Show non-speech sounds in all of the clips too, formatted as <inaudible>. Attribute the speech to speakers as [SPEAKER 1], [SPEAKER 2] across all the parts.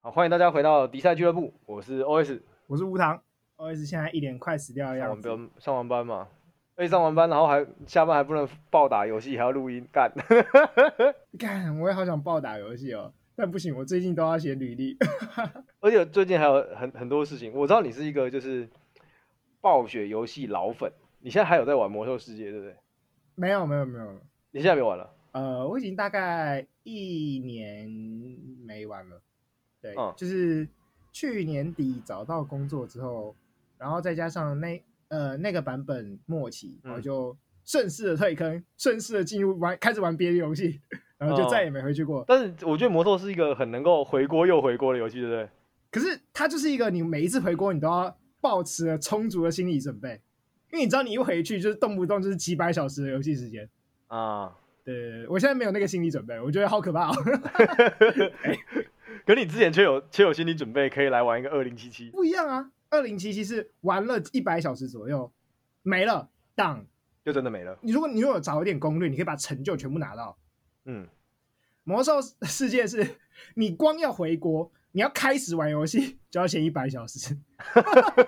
[SPEAKER 1] 好，欢迎大家回到迪赛俱乐部，我是 OS，
[SPEAKER 2] 我是吴糖，OS 现在一脸快死掉的
[SPEAKER 1] 上
[SPEAKER 2] 样
[SPEAKER 1] 完
[SPEAKER 2] 子。
[SPEAKER 1] 班上完班嘛，哎，上完班然后还下班还不能暴打游戏，还要录音干， <laughs>
[SPEAKER 2] 干，我也好想暴打游戏哦，但不行，我最近都要写履历。 <laughs>
[SPEAKER 1] 而且最近还有很很多事情，我知道你是一个就是暴雪游戏老粉，你现在还有在玩魔兽世界对不对？
[SPEAKER 2] 没有，没有，没有。
[SPEAKER 1] 你现在没玩了？
[SPEAKER 2] 呃，我已经大概一年没玩了。对，
[SPEAKER 1] 嗯
[SPEAKER 2] 就是去年底找到工作之后，然后再加上那呃那个版本末期，
[SPEAKER 1] 嗯
[SPEAKER 2] 我就顺势的退坑，顺势的进入玩开始玩别的游戏，然
[SPEAKER 1] 哦
[SPEAKER 2] 后就再也没回去过。
[SPEAKER 1] 但是我觉得魔兽是一个很能够回锅又回锅的游戏，对不对？
[SPEAKER 2] 可是它就是一个你每一次回国，你都要保持了充足的心理准备，因为你知道你一回去就是动不动就是几百小时的游戏时间。
[SPEAKER 1] 啊、
[SPEAKER 2] 对对，对我现在没有那个心理准备，我觉得好可怕、哦。 <laughs>
[SPEAKER 1] 可你之前却有却有心理准备，可以来玩一个二零七七，
[SPEAKER 2] 不一样啊，二零七七是玩了一百小时左右，没了。当
[SPEAKER 1] 就真的没了。
[SPEAKER 2] 你如果你如果有找一点攻略，你可以把成就全部拿到。
[SPEAKER 1] 嗯，
[SPEAKER 2] 魔兽世界是你光要回国，你要开始玩游戏就要先一百小时， <laughs>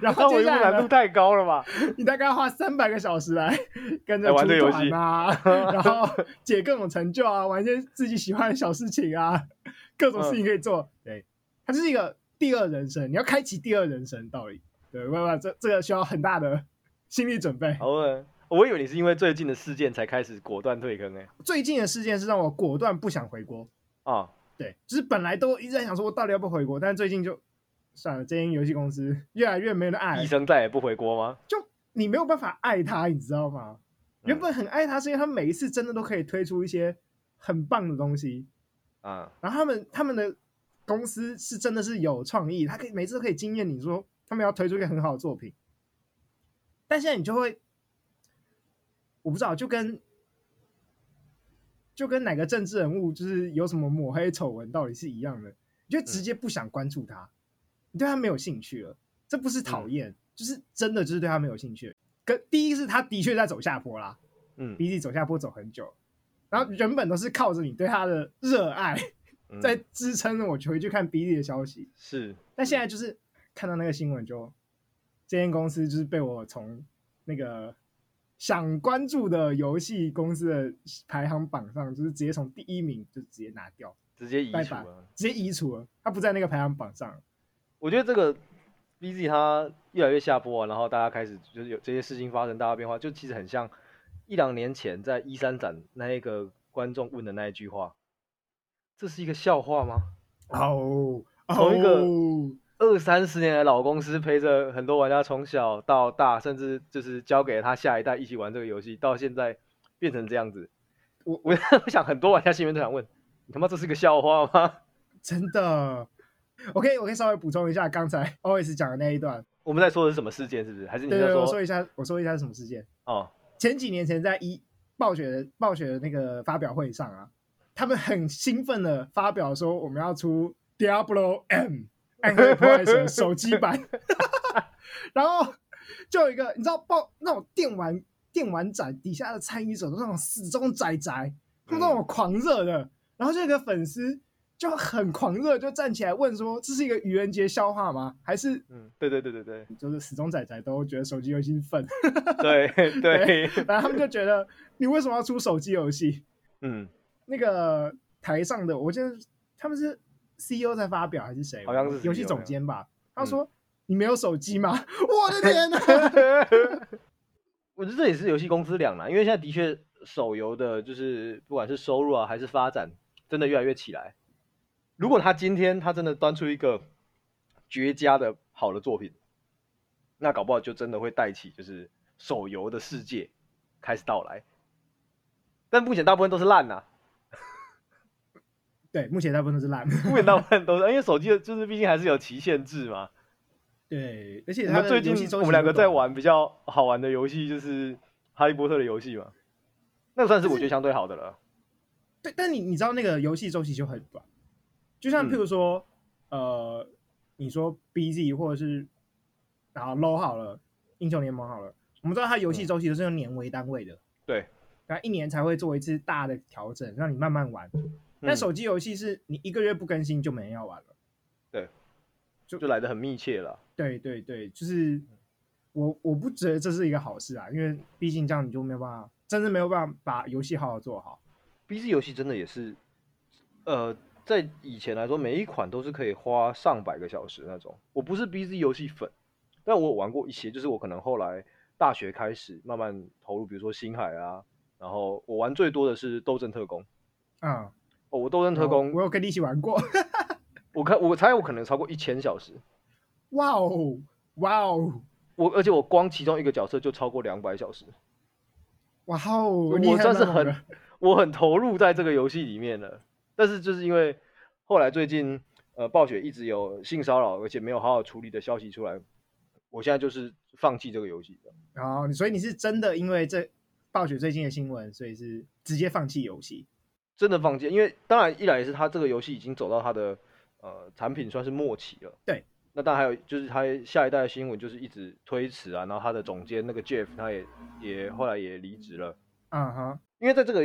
[SPEAKER 2] 然
[SPEAKER 1] 那
[SPEAKER 2] 后
[SPEAKER 1] 我
[SPEAKER 2] 接
[SPEAKER 1] 用
[SPEAKER 2] 下来
[SPEAKER 1] 难
[SPEAKER 2] 呢
[SPEAKER 1] 度太高了吧？
[SPEAKER 2] 你大概要花三百个小
[SPEAKER 1] <laughs>
[SPEAKER 2] 时来跟着
[SPEAKER 1] 来玩这
[SPEAKER 2] 出
[SPEAKER 1] 游
[SPEAKER 2] 团
[SPEAKER 1] 戏 <laughs>
[SPEAKER 2] 啊，然后解各种成就啊，玩一些自己喜欢的小事情啊， <laughs> 各种事情可以做。
[SPEAKER 1] 嗯
[SPEAKER 2] 对，它就是一个第二人生，你要开启第二人生道理。对，不不，这这个需要很大的 <laughs> 心理准备。
[SPEAKER 1] 好问，我以为你是因为最近的事件才开始果断退坑呢、
[SPEAKER 2] 最近的事件是让我果断不想回国。
[SPEAKER 1] 啊，
[SPEAKER 2] 对，就是本来都一直在想说我到底要不要回国，但是最近就算了，这间游戏公司越来越没人爱
[SPEAKER 1] 医，生再也不回国吗？
[SPEAKER 2] 你没有办法爱它，你知道吗？
[SPEAKER 1] 嗯
[SPEAKER 2] 原本很爱他，是因为他每一次真的都可以推出一些很棒的东西。
[SPEAKER 1] 啊，
[SPEAKER 2] 然后他们他们的公司是真的是有创意，他可以每次都可以惊艳你说他们要推出一个很好的作品。但现在你就会，我不知道，就跟就跟哪个政治人物就是有什么抹黑丑闻道理是一样的，你就直接不想关注他，你对他没有兴趣了。这不是讨厌，就是真的就是对他没有兴趣。跟第一是他的确在走下坡啦，
[SPEAKER 1] 嗯，
[SPEAKER 2] 比你走下坡走很久。然后原本都是靠着你对他的热爱
[SPEAKER 1] 嗯
[SPEAKER 2] 在支撑着我回去看 BD 的消息，
[SPEAKER 1] 是
[SPEAKER 2] 但现在就是看到那个新闻就，这间公司就是被我从那个想关注的游戏公司的排行榜上，就是直接从第一名就直接拿掉，
[SPEAKER 1] 直接移
[SPEAKER 2] 拜
[SPEAKER 1] 除
[SPEAKER 2] 拜
[SPEAKER 1] 了。
[SPEAKER 2] 直接移除了，它不在那个排行榜上了。
[SPEAKER 1] 我觉得这个 BZ 它越来越下播、啊，然后大家开始就是有这些事情发生，大家变化，就其实很像一两年前在一三展那一个观众问的那一句话：“这是一个笑话吗？”
[SPEAKER 2] 哦，
[SPEAKER 1] 同一个
[SPEAKER 2] 哦
[SPEAKER 1] 二三十年来老公司陪着很多玩家从小到大，甚至就是交给他下一代一起玩这个游戏，到现在变成这样子。我 <laughs> 我我想很多玩家心里面都想问：你他妈这是个笑话吗？
[SPEAKER 2] 真的，我可以我可以稍微补充一下刚才 <laughs> OS 讲的那一段。
[SPEAKER 1] 我们在说的是什么事件？是不是？还是你
[SPEAKER 2] 对
[SPEAKER 1] 在
[SPEAKER 2] 对，
[SPEAKER 1] 说？
[SPEAKER 2] 我说一下，我说一下是什么事件。
[SPEAKER 1] 哦，
[SPEAKER 2] 前几年前在一暴雪的暴雪的那个发表会上啊，他们很兴奋的发表说我们要出 Diablo M 暗黑破坏神手机版， <laughs> 然后就有一个你知道暴那种电玩电玩展底下的参与者都是那种死忠宅宅，都是那种狂热的，然后就有一个粉丝。就很狂热，就站起来问说：“这是一个愚人节笑话吗？还是
[SPEAKER 1] 嗯，对对对对
[SPEAKER 2] <laughs>
[SPEAKER 1] 对
[SPEAKER 2] 就是死忠仔仔都觉得手机游戏是粪？” <laughs>
[SPEAKER 1] 对对，
[SPEAKER 2] 然后他们就觉得你为什么要出手机游戏？
[SPEAKER 1] 嗯，
[SPEAKER 2] 那个台上的，我记得他们是 CEO 在发表还是谁？
[SPEAKER 1] 好像是 E
[SPEAKER 2] 游戏
[SPEAKER 1] CEO
[SPEAKER 2] 总监吧。他说：“
[SPEAKER 1] 嗯
[SPEAKER 2] 你没有手机吗？” <laughs> 我的天哪！
[SPEAKER 1] <laughs> 我觉得这也是游戏公司两难，因为现在的确手游的，就是不管是收入啊还是发展，真的越来越起来。如果他今天他真的端出一个绝佳的好的作品，那搞不好就真的会带起就是手游的世界开始到来。但目前大部分都是烂呐、
[SPEAKER 2] 对，目前大部分都是烂。
[SPEAKER 1] 目前大部分都是，因为手机的就是毕竟还是有期限制嘛。
[SPEAKER 2] <laughs> 对，而且
[SPEAKER 1] 我
[SPEAKER 2] 他
[SPEAKER 1] 们
[SPEAKER 2] 的
[SPEAKER 1] 最
[SPEAKER 2] 游戏
[SPEAKER 1] 近
[SPEAKER 2] 周
[SPEAKER 1] 我
[SPEAKER 2] 期
[SPEAKER 1] 们两
[SPEAKER 2] 都
[SPEAKER 1] 个在
[SPEAKER 2] 短，
[SPEAKER 1] 玩比较好玩的游戏，就是《哈利波特》的游戏嘛，那个算是我觉得相对好的了。
[SPEAKER 2] 对，但你你知道那个游戏周期就很短，就像
[SPEAKER 1] 嗯
[SPEAKER 2] 譬如说，呃，你说 BZ 或者是然后 LO w 好了，英雄联盟好了，我们知道它游戏周期都是用年为单位的。
[SPEAKER 1] 嗯对，嗯
[SPEAKER 2] 然后一年才会做一次大的调整，让你慢慢玩。但手机游戏是你一个月不更新就没人要玩了。
[SPEAKER 1] 就来的很密切了。
[SPEAKER 2] 对对对，就是我我不觉得这是一个好事啊，因为毕竟这样你就没有办法，真的没有办法把游戏好好做好。
[SPEAKER 1] B C 游戏真的也是，呃，在以前来说，每一款都是可以花上百个小时那种。我不是 B C 游戏粉，但我有玩过一些，就是我可能后来大学开始慢慢投入，比如说星海啊，然后我玩最多的是斗阵特工。
[SPEAKER 2] 嗯，
[SPEAKER 1] 哦，我斗阵特工，
[SPEAKER 2] 我有跟你一起玩过。
[SPEAKER 1] 我看我猜我可能超过一千小时，
[SPEAKER 2] 哇哦，哇哦，
[SPEAKER 1] 我而且我光其中一个角色就超过两百小时，
[SPEAKER 2] 哇哦！
[SPEAKER 1] 我
[SPEAKER 2] 你还
[SPEAKER 1] 算是
[SPEAKER 2] 蛮猛的
[SPEAKER 1] 很我很投入在这个游戏里面了。但是就是因为后来最近呃暴雪一直有性骚扰，而且没有好好处理的消息出来，我现在就是放弃这个游戏了。
[SPEAKER 2] 哦，所以你是真的因为这暴雪最近的新闻，所以是直接放弃游戏。
[SPEAKER 1] 真的放弃，因为当然一来是它这个游戏已经走到它的呃产品算是末期了，
[SPEAKER 2] 对。
[SPEAKER 1] 那当然还有就是它下一代的新闻就是一直推迟啊，然后它的总监那个 Jeff 他也也后来也离职了。
[SPEAKER 2] 嗯哼，
[SPEAKER 1] 因为在这个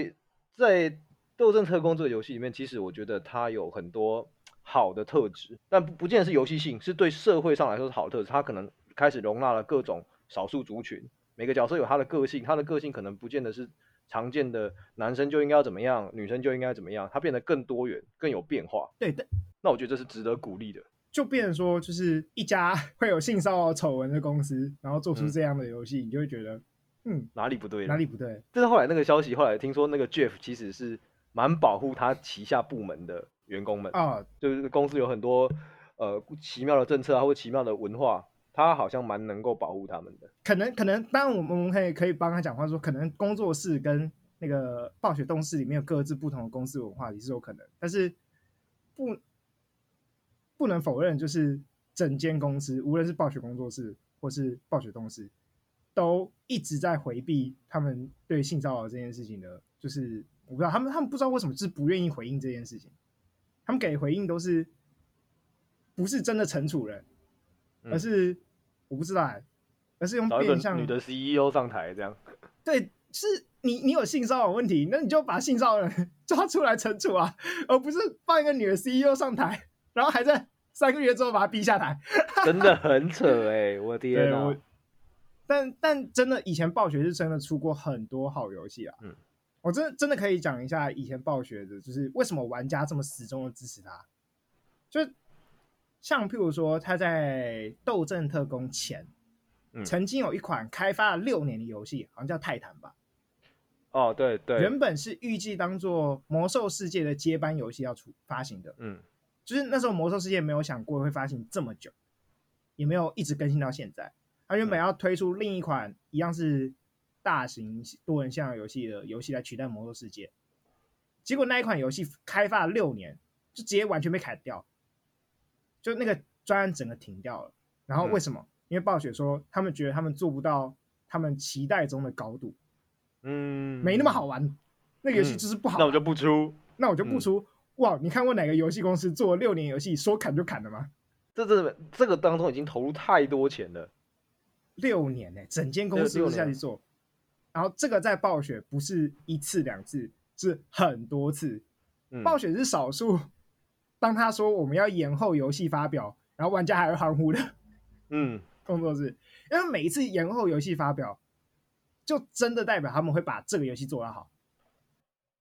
[SPEAKER 1] 在《斗阵特工》这个游戏里面，其实我觉得它有很多好的特质，但不不见得是游戏性，是对社会上来说是好的特质。它可能开始容纳了各种少数族群，每个角色有他的个性，他的个性可能不见得是常见的男生就应该要怎么样，女生就应该怎么样，它变得更多元，更有变化。
[SPEAKER 2] 对，但
[SPEAKER 1] 那我觉得这是值得鼓励的。
[SPEAKER 2] 就变成说，就是一家会有性骚扰丑闻的公司，然后做出
[SPEAKER 1] 嗯
[SPEAKER 2] 这样的游戏，你就会觉得，嗯，
[SPEAKER 1] 哪里不对了？
[SPEAKER 2] 哪里不对？
[SPEAKER 1] 但是后来那个消息，后来听说那个 Jeff 其实是蛮保护他旗下部门的员工们。
[SPEAKER 2] 哦，
[SPEAKER 1] 就是公司有很多呃奇妙的政策啊，或奇妙的文化，他好像蛮能够保护他们的。
[SPEAKER 2] 可能可能，当然我们我们可以可以帮他讲话说，可能工作室跟那个暴雪动视里面有各自不同的公司文化也是有可能，但是不不能否认，就是整间公司，无论是暴雪工作室或是暴雪动视，都一直在回避他们对性骚扰这件事情的，就是我不知道他们他们不知道为什么就是不愿意回应这件事情，他们给回应都是不是真的惩处人，
[SPEAKER 1] 嗯
[SPEAKER 2] 而是我不知道、欸，而是用
[SPEAKER 1] 找一个
[SPEAKER 2] 变相
[SPEAKER 1] 女的 CEO 上台，这样
[SPEAKER 2] 对，是你你有性骚扰问题，那你就把性骚扰人 <laughs> 抓出来惩处啊，而不是放一个女的 CEO 上台，然后还在三个月之后把她逼下台。
[SPEAKER 1] 真的很
[SPEAKER 2] <laughs>
[SPEAKER 1] 扯哎、我的天
[SPEAKER 2] 对
[SPEAKER 1] 啊
[SPEAKER 2] 我！但但真的，以前暴雪是真的出过很多好游戏啊。
[SPEAKER 1] 嗯，
[SPEAKER 2] 我真的真的可以讲一下以前暴雪的，就是为什么玩家这么始终的支持他，就像譬如说他在《斗阵特工》前，
[SPEAKER 1] 嗯
[SPEAKER 2] 曾经有一款开发了六年的游戏，好像叫《泰坦》吧。
[SPEAKER 1] 哦，对对，
[SPEAKER 2] 原本是预计当做《魔兽世界》的接班游戏要出发行的，
[SPEAKER 1] 嗯
[SPEAKER 2] 就是那时候《魔兽世界》没有想过会发行这么久，也没有一直更新到现在。它原
[SPEAKER 1] 嗯
[SPEAKER 2] 本要推出另一款一样是大型多人线上游戏的游戏来取代《魔兽世界》，结果那一款游戏开发了六年，就直接完全被砍掉，就那个专案整个停掉了。然后为
[SPEAKER 1] 嗯
[SPEAKER 2] 什么？因为暴雪说他们觉得他们做不到他们期待中的高度，
[SPEAKER 1] 嗯，
[SPEAKER 2] 没那么好，玩。那个游戏就是不好玩、
[SPEAKER 1] 那我就嗯不出。
[SPEAKER 2] 那我就不出。哇，你看过哪个游戏公司做六年游戏说砍就砍的吗？
[SPEAKER 1] 这真的这个当中已经投入太多钱了，
[SPEAKER 2] 六年呢、整间公司
[SPEAKER 1] 六六
[SPEAKER 2] 都下去
[SPEAKER 1] 年
[SPEAKER 2] 做。然后这个在暴雪不是一次两次，是很多次。
[SPEAKER 1] 嗯，
[SPEAKER 2] 暴雪是少数，当他说我们要延后游戏发表，然后玩家还会欢呼的
[SPEAKER 1] 嗯
[SPEAKER 2] 工作室，因为每一次延后游戏发表，就真的代表他们会把这个游戏做得好。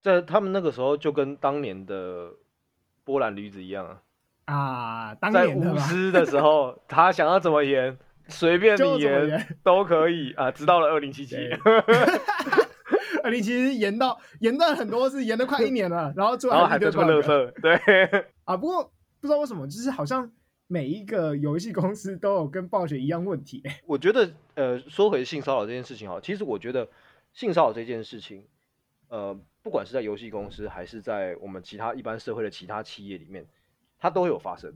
[SPEAKER 1] 在他们那个时候就跟当年的波兰驴子一样啊，
[SPEAKER 2] 啊，当
[SPEAKER 1] 在
[SPEAKER 2] 年的
[SPEAKER 1] 巫
[SPEAKER 2] 吧，
[SPEAKER 1] 师的时候，他想要怎么演，随便
[SPEAKER 2] 就
[SPEAKER 1] 你
[SPEAKER 2] 怎么
[SPEAKER 1] 演
[SPEAKER 2] 演。
[SPEAKER 1] 都可以啊，直到了二零七七。
[SPEAKER 2] 对二零其实延到延到很多次，延了快一年了，然后最
[SPEAKER 1] 然后
[SPEAKER 2] 后
[SPEAKER 1] 还
[SPEAKER 2] 还
[SPEAKER 1] 推
[SPEAKER 2] 是
[SPEAKER 1] 出乐色，对，
[SPEAKER 2] 啊。不过不知道为什么，就是好像每一个游戏公司都有跟暴雪一样问题。
[SPEAKER 1] <laughs> 我觉得呃，说回性骚扰这件事情哈，其实我觉得性骚扰这件事情，呃，不管是在游戏公司还是在我们其他一般社会的其他企业里面，它都有发生，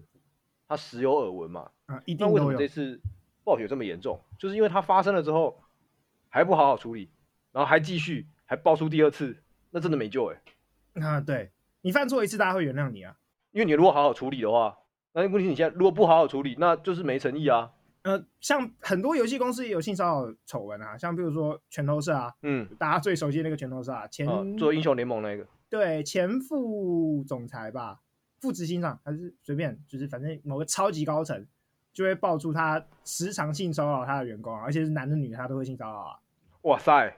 [SPEAKER 1] 它时有耳闻嘛。
[SPEAKER 2] 啊，一
[SPEAKER 1] 那
[SPEAKER 2] 定
[SPEAKER 1] 为什
[SPEAKER 2] 都
[SPEAKER 1] 么这
[SPEAKER 2] 有。
[SPEAKER 1] 次暴雪这么严重？就是因为它发生了之后还不好好处理，然后还继续还爆出第二次，那真的没救哎、
[SPEAKER 2] 啊，对你犯错一次，大家会原谅你啊。
[SPEAKER 1] 因为你如果好好处理的话，那问题你现在如果不好好处理，那就是没诚意啊。
[SPEAKER 2] 呃，像很多游戏公司也有性骚扰丑闻啊，像比如说拳头社啊，
[SPEAKER 1] 嗯，
[SPEAKER 2] 大家最熟悉的那个拳头社啊，前、
[SPEAKER 1] 哦啊、做英雄联盟那个，
[SPEAKER 2] 对前副总裁吧，副执行长还是随便，就是反正某个超级高层就会爆出他时常性骚扰他的员工啊，而且是男的女的他都会性骚扰啊。
[SPEAKER 1] 哇塞，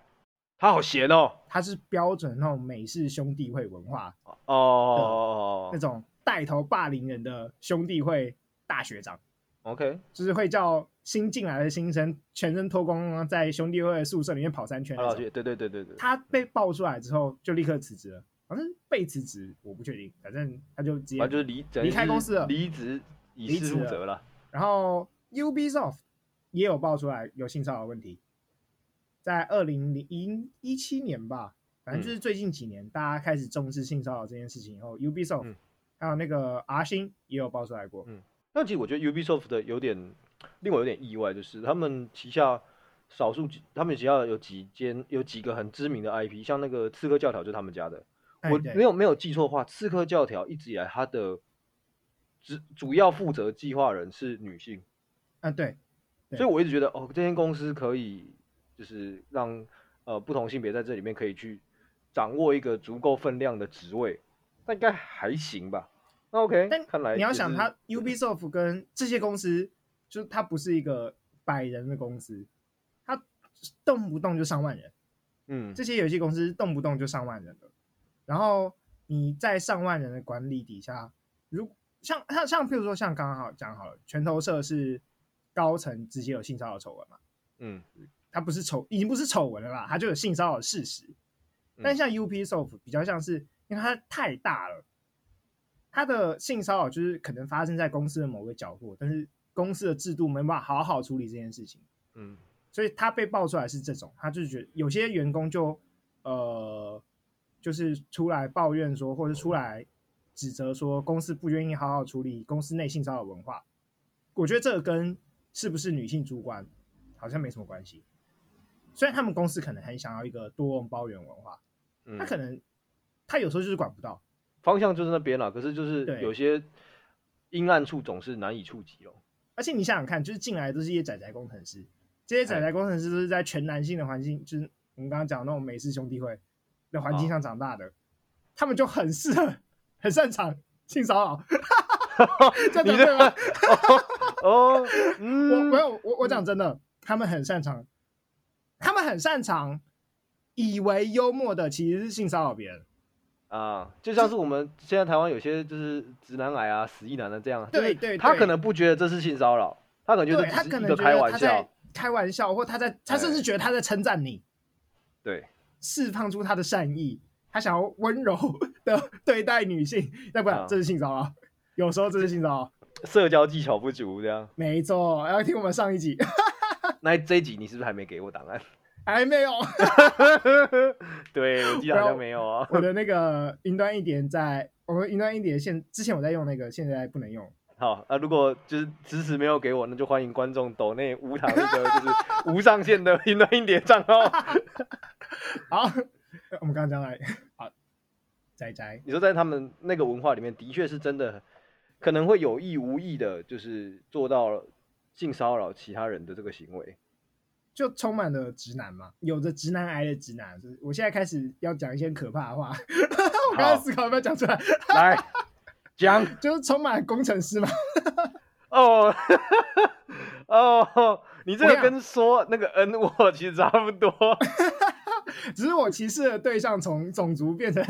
[SPEAKER 1] 他好闲哦。
[SPEAKER 2] 他是标准那种美式兄弟会文化，
[SPEAKER 1] 哦
[SPEAKER 2] 那种带头霸凌人的兄弟会大学长，
[SPEAKER 1] ，OK，
[SPEAKER 2] 就是会叫新进来的新生全身脱光光在兄弟会的宿舍里面跑三圈
[SPEAKER 1] 他
[SPEAKER 2] 那
[SPEAKER 1] 老
[SPEAKER 2] 种。
[SPEAKER 1] 去，对对对对对，
[SPEAKER 2] 他被爆出来之后就立刻辞职了，好像是被辞职，我不确定，反正他就直接
[SPEAKER 1] 反正就是离等于
[SPEAKER 2] 离开
[SPEAKER 1] 是
[SPEAKER 2] 公司了
[SPEAKER 1] 离职以
[SPEAKER 2] 离
[SPEAKER 1] 事
[SPEAKER 2] 职
[SPEAKER 1] 负
[SPEAKER 2] 了
[SPEAKER 1] 责了。
[SPEAKER 2] 然后 Ubisoft 也有爆出来有性骚扰问题，在二零零一七年吧，反正就是最近几年、大家开始重视性骚扰这件事情以后，Ubisoft、
[SPEAKER 1] 嗯
[SPEAKER 2] 还有那个 R 星也有爆出来过，
[SPEAKER 1] 嗯但其实我觉得 Ubisoft 的有点令我有点意外，就是他们旗下少数几，他们旗下有几间有几个很知名的 IP，像那个《刺客教条》就是他们家的。
[SPEAKER 2] 哎
[SPEAKER 1] 我
[SPEAKER 2] 对
[SPEAKER 1] 没有没有记错的话，《刺客教条》一直以来它的主主要负责计划人是女性，
[SPEAKER 2] 啊对，对
[SPEAKER 1] 所以我一直觉得哦，这间公司可以就是让呃不同性别在这里面可以去掌握一个足够分量的职位，那应该还行吧？那 OK，
[SPEAKER 2] 但
[SPEAKER 1] 看来
[SPEAKER 2] 你要
[SPEAKER 1] 就是
[SPEAKER 2] 想，它 Ubisoft 跟这些公司，就是它不是一个百人的公司，它动不动就上万人，
[SPEAKER 1] 嗯
[SPEAKER 2] 这些游戏公司动不动就上万人了。然后你在上万人的管理底下，如像像像譬如说像刚刚好讲好了，拳头社是高层直接有性骚扰丑闻嘛，
[SPEAKER 1] 嗯
[SPEAKER 2] 它不是丑，已经不是丑闻了啦，它就有性骚扰事实。但像 Ubisoft 比较像是，因为它太大了，它的性骚扰就是可能发生在公司的某个角落，但是公司的制度没办法好好处理这件事情，
[SPEAKER 1] 嗯
[SPEAKER 2] 所以他被爆出来是这种，他就是觉得有些员工就呃，就是出来抱怨说，或者出来指责说公司不愿意好好处理公司内性骚扰文化。我觉得这个跟是不是女性主管好像没什么关系，虽然他们公司可能很想要一个多元包容文化，
[SPEAKER 1] 嗯，
[SPEAKER 2] 他可能他有时候就是管不到，
[SPEAKER 1] 方向就是那边了，可是就是
[SPEAKER 2] 对
[SPEAKER 1] 有些阴暗处总是难以触及哦。 <laughs>
[SPEAKER 2] 而且你想想看，就是进来都是一些仔仔工程师，这些
[SPEAKER 1] 哎
[SPEAKER 2] 仔仔工程师都是在全男性的环境，就是我们刚刚讲的那种美式兄弟会的环境
[SPEAKER 1] 哦
[SPEAKER 2] 上长大的，他们就很适合、 <laughs> 很擅长性
[SPEAKER 1] <laughs>
[SPEAKER 2] 骚扰。这样
[SPEAKER 1] 你
[SPEAKER 2] 讲对吗？
[SPEAKER 1] 哦，
[SPEAKER 2] 我
[SPEAKER 1] 嗯，
[SPEAKER 2] 没有，我我讲真的，他们很擅长，他们很擅长以为幽默的其实是性骚扰别人。
[SPEAKER 1] 啊，就像是我们现在台湾有些就是直男癌啊、死意男的这样，
[SPEAKER 2] 对
[SPEAKER 1] 就是
[SPEAKER 2] 对
[SPEAKER 1] 他
[SPEAKER 2] 对
[SPEAKER 1] 可能不觉得这是性骚扰，他可能觉得
[SPEAKER 2] 对他
[SPEAKER 1] 只
[SPEAKER 2] 可
[SPEAKER 1] 是一
[SPEAKER 2] 能
[SPEAKER 1] 个
[SPEAKER 2] 觉
[SPEAKER 1] 开
[SPEAKER 2] 得
[SPEAKER 1] 玩
[SPEAKER 2] 他
[SPEAKER 1] 笑哎
[SPEAKER 2] 在，开玩笑，或他在他甚至觉得他在称赞你。
[SPEAKER 1] 对，
[SPEAKER 2] 释放出他的善意，他想要温柔的对待女性， <laughs> 要不
[SPEAKER 1] 啊
[SPEAKER 2] 然这是性骚扰。有时候这是性骚扰，
[SPEAKER 1] 社交技巧不足这
[SPEAKER 2] <laughs>
[SPEAKER 1] 样。
[SPEAKER 2] 没错。要听我们上一集， <laughs>
[SPEAKER 1] 那这一集你是不是还没给我档案？ <laughs>
[SPEAKER 2] 还没有
[SPEAKER 1] 对，我记得
[SPEAKER 2] 我要
[SPEAKER 1] 好像没有啊。
[SPEAKER 2] 我的那个云端一点在，我们云端一点现之前我在用那个，现在不能用。
[SPEAKER 1] 好，那、如果就是迟迟没有给我，那就欢迎观众抖内无糖一个就是无上限的云端硬碟
[SPEAKER 2] <laughs>
[SPEAKER 1] 账号。 <laughs>
[SPEAKER 2] 好， <laughs> 我们刚刚讲来，好，仔仔，
[SPEAKER 1] 你说在他们那个文化里面，的确是真的可能会有意无意的，就是做到了性骚扰其他人的这个行
[SPEAKER 2] <laughs>
[SPEAKER 1] 为。
[SPEAKER 2] 就充满了直男嘛，有着直男癌的直男。就是我现在开始要讲一些可怕的话， <laughs> 我刚刚思考要不要讲出来， <laughs>
[SPEAKER 1] 来讲
[SPEAKER 2] 就是充满工程师嘛，
[SPEAKER 1] 哦 <laughs> 哦，你这
[SPEAKER 2] 我
[SPEAKER 1] 个
[SPEAKER 2] 想
[SPEAKER 1] 跟说那个 N 我其实差不多，
[SPEAKER 2] 只是我歧视的对象从种族变成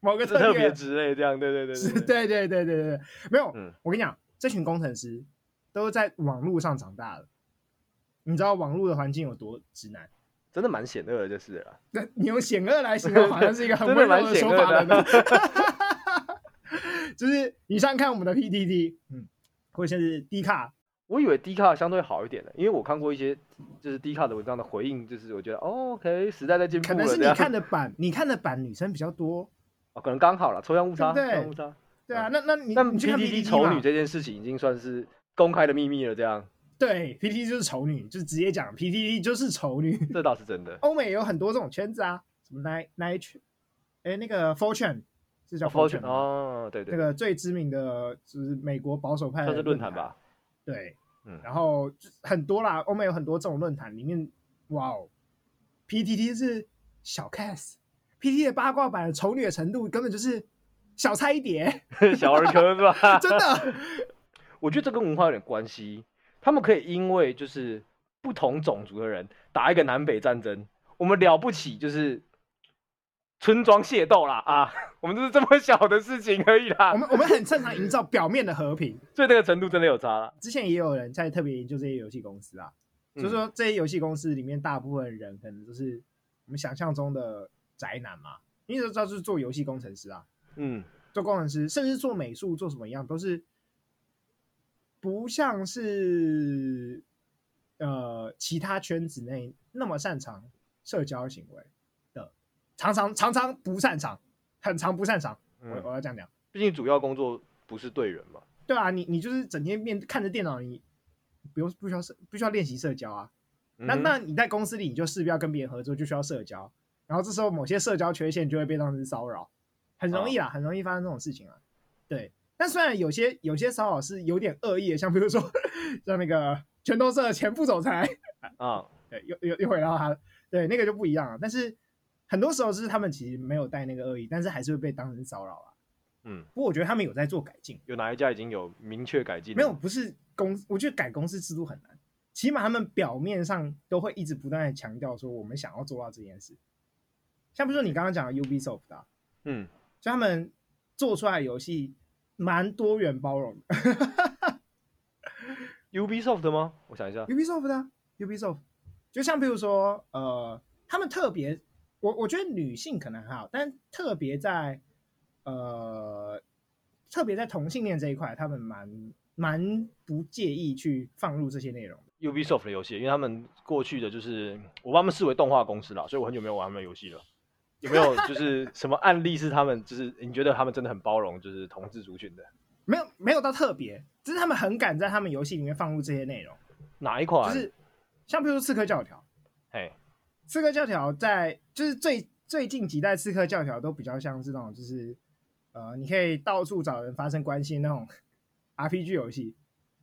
[SPEAKER 2] 某个
[SPEAKER 1] 是特
[SPEAKER 2] <laughs> 特
[SPEAKER 1] 别
[SPEAKER 2] 别，
[SPEAKER 1] 之类这样，对对对
[SPEAKER 2] 是
[SPEAKER 1] 对
[SPEAKER 2] <laughs>
[SPEAKER 1] 对。
[SPEAKER 2] 对对对对对，对没有。
[SPEAKER 1] 嗯
[SPEAKER 2] 我跟你讲，这群工程师都是在网络上长大的，你知道网络的环境有多直男？ <laughs>
[SPEAKER 1] 真的蛮险恶的，就是啊了。
[SPEAKER 2] 那你用险恶来形容，好像是一个很
[SPEAKER 1] 真的
[SPEAKER 2] 温柔
[SPEAKER 1] 蛮险
[SPEAKER 2] 说
[SPEAKER 1] 恶
[SPEAKER 2] 法
[SPEAKER 1] 的
[SPEAKER 2] 了呢。
[SPEAKER 1] <laughs>
[SPEAKER 2] 就是你想想看我们的 PTT，嗯，或者是 D 卡，
[SPEAKER 1] 我以为 D 卡相对好一点的，因为我看过一些就是 D 卡的文章的回应，就是我觉得、哦、OK 时代在进步
[SPEAKER 2] 可
[SPEAKER 1] 了，
[SPEAKER 2] 能是
[SPEAKER 1] 这
[SPEAKER 2] 你
[SPEAKER 1] 样
[SPEAKER 2] 看的版，你看的版女生比较多。
[SPEAKER 1] 哦，可能刚好了，抽样误差，
[SPEAKER 2] 对不
[SPEAKER 1] 抽
[SPEAKER 2] 对
[SPEAKER 1] 样误差。
[SPEAKER 2] 对啊，那那你
[SPEAKER 1] 嗯那
[SPEAKER 2] 你去看
[SPEAKER 1] PDD
[SPEAKER 2] PTT
[SPEAKER 1] 丑
[SPEAKER 2] 嘛
[SPEAKER 1] 女这件事情已经算是公开的秘密了，这样
[SPEAKER 2] 对 PTT 就是丑女，就是直接讲 PTT 就是丑女。
[SPEAKER 1] 这倒是真的。
[SPEAKER 2] 欧美有很多这种圈子啊，什么 Nine Nine 圈，哎，那个 Fortune 是叫
[SPEAKER 1] Fortune
[SPEAKER 2] Fortune 吗
[SPEAKER 1] 哦，对
[SPEAKER 2] 那
[SPEAKER 1] 对，
[SPEAKER 2] 个最知名的就是美国保守派的
[SPEAKER 1] 算是论坛
[SPEAKER 2] <laughs>
[SPEAKER 1] 吧。
[SPEAKER 2] 论坛，对，
[SPEAKER 1] 嗯
[SPEAKER 2] 然后就很多啦，欧美有很多这种论坛，里面哇哦，PTT 是小 case， PT 的八卦版的丑女的程度根本就是小菜一碟，
[SPEAKER 1] <laughs> 小儿科是吧？ <laughs>
[SPEAKER 2] 真的。
[SPEAKER 1] 我觉得这跟文化有点关系。他们可以因为就是不同种族的人打一个南北战争，我们了不起就是村庄械斗啦啊， <laughs> 我们就是这么小的事情而已啦
[SPEAKER 2] 我。们我们很擅长营造表面的和平。
[SPEAKER 1] 所以这个程度真的有差了。
[SPEAKER 2] 之前也有人在特别研究这些游戏公司啊，
[SPEAKER 1] 嗯
[SPEAKER 2] 所以说这些游戏公司里面大部分人可能就是我们想象中的宅男嘛，因为都知道是做游戏工程师啊，
[SPEAKER 1] 嗯，
[SPEAKER 2] 做工程师，甚至做美术做什么一样，都是不像是呃其他圈子内那么擅长社交行为的，常常常常不擅长，很常不擅长。我
[SPEAKER 1] 嗯
[SPEAKER 2] 我要这样讲，
[SPEAKER 1] 毕竟主要工作不是对人嘛。
[SPEAKER 2] 对啊，你你就是整天面看着电脑，你不用不需要社不需要练习社交啊。那
[SPEAKER 1] 嗯哼
[SPEAKER 2] 那你在公司里，你就势必要跟别人合作，就需要社交，然后这时候某些社交缺陷就会被当成是骚扰，很容
[SPEAKER 1] 哦
[SPEAKER 2] 易啦，很容易发生这种事情啊。对，但虽然有些有些骚扰是有点恶意的，像比如说像那个全都社的前副总裁，
[SPEAKER 1] 啊，
[SPEAKER 2] 对，又又又回到他，对，那个就不一样了。但是很多时候就是他们其实没有带那个恶意，但是还是会被当成骚扰啊。
[SPEAKER 1] 嗯，
[SPEAKER 2] 不过我觉得他们有在做改进，
[SPEAKER 1] 有哪一家已经有明确改进？
[SPEAKER 2] 没有，，不是公，我觉得改公司制度很难。起码他们表面上都会一直不断的强调说，我们想要做到这件事。像比如说你刚刚讲的 Ubisoft 啊，
[SPEAKER 1] 嗯，
[SPEAKER 2] 就他们做出来的游戏蛮多元包容的。 <laughs>
[SPEAKER 1] Ubisoft 吗？我想一下，
[SPEAKER 2] Ubisoft 啊，Ubisoft，就像比如说，呃，他们特别，我我觉得女性可能还好，但特别在，呃，特别在同性恋这一块，他们蛮蛮不介意去放入这些内容的。
[SPEAKER 1] Ubisoft 的游戏，因为他们过去的就是我把他们视为动画公司啦，所以我很久没有玩他们的游戏了。有没有
[SPEAKER 2] <laughs>
[SPEAKER 1] 就是什么案例是他们就是你觉得他们真的很包容就是同志族群的
[SPEAKER 2] 没有没有到特别，只是他们很敢在他们游戏里面放入这些内容，
[SPEAKER 1] 哪一
[SPEAKER 2] 就
[SPEAKER 1] 款？
[SPEAKER 2] 是像比如说《刺客教条》，
[SPEAKER 1] 哎，
[SPEAKER 2] 《刺客教条在》就是最最近几代《刺客教条》都比较像是那种就是呃，你可以到处找人发生关系那种 <laughs> RPG 游戏，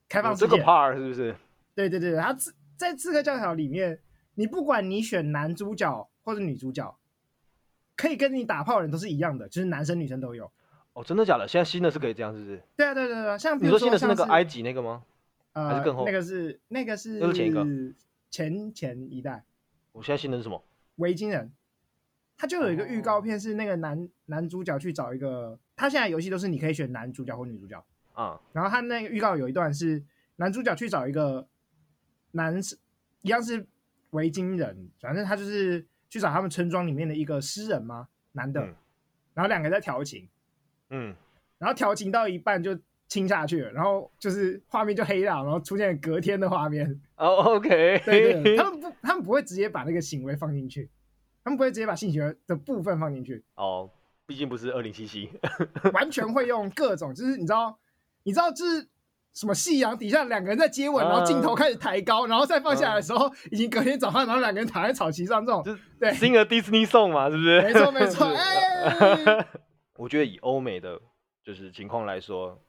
[SPEAKER 2] 开放
[SPEAKER 1] 有
[SPEAKER 2] 世
[SPEAKER 1] 哦这个
[SPEAKER 2] 界。
[SPEAKER 1] part 是不是？
[SPEAKER 2] 对对对，对它刺在《刺客教条》里面，你不管你选男主角或者女主角，可以跟你打炮的人都是一样的，就是男生女生都有。
[SPEAKER 1] 哦，真的假的？现在新的是可以这样，是不是？
[SPEAKER 2] 对啊，对对对啊，像比
[SPEAKER 1] 你说
[SPEAKER 2] 如说
[SPEAKER 1] 新的是那
[SPEAKER 2] 像
[SPEAKER 1] 个埃及那个吗？
[SPEAKER 2] 呃，
[SPEAKER 1] 还是更后
[SPEAKER 2] 那个是那个是
[SPEAKER 1] 那是前一个
[SPEAKER 2] 前前一代
[SPEAKER 1] 我现在新的是什么？
[SPEAKER 2] 维京人，他就有一个预
[SPEAKER 1] 哦
[SPEAKER 2] 告片是那个男、男主角去找一个，他现在游戏都是你可以选男主角或女主角，
[SPEAKER 1] 啊、
[SPEAKER 2] 然后他那个预告有一段是男主角去找一个男士，一样是维京人，反正他就是去找他们村庄里面的一个诗人吗？男的，
[SPEAKER 1] 嗯
[SPEAKER 2] 然后两个在调情，
[SPEAKER 1] 嗯，
[SPEAKER 2] 然后调情到一半就亲下去了，然后就是画面就黑了，然后出现隔天的画面。
[SPEAKER 1] 哦，OK，<laughs>
[SPEAKER 2] 对对，他们不，他们不会直接把那个行为放进去，他们不会直接把性行为的部分放进去，
[SPEAKER 1] 哦，毕竟不是二零七七，
[SPEAKER 2] 完全会用各种，就是你知道，你知道就是什么夕阳底下两个人在接吻，
[SPEAKER 1] 嗯
[SPEAKER 2] 然后镜头开始抬高，然后再放下来的时候，已经隔天早上，然后两个人躺在草席上
[SPEAKER 1] <laughs>
[SPEAKER 2] 这种，
[SPEAKER 1] 就是
[SPEAKER 2] 对
[SPEAKER 1] 新的 Disney song 嘛，是不是？
[SPEAKER 2] 没错
[SPEAKER 1] <laughs>
[SPEAKER 2] 没错，
[SPEAKER 1] 是
[SPEAKER 2] 哎，
[SPEAKER 1] 我觉得以欧美的就是情况来说，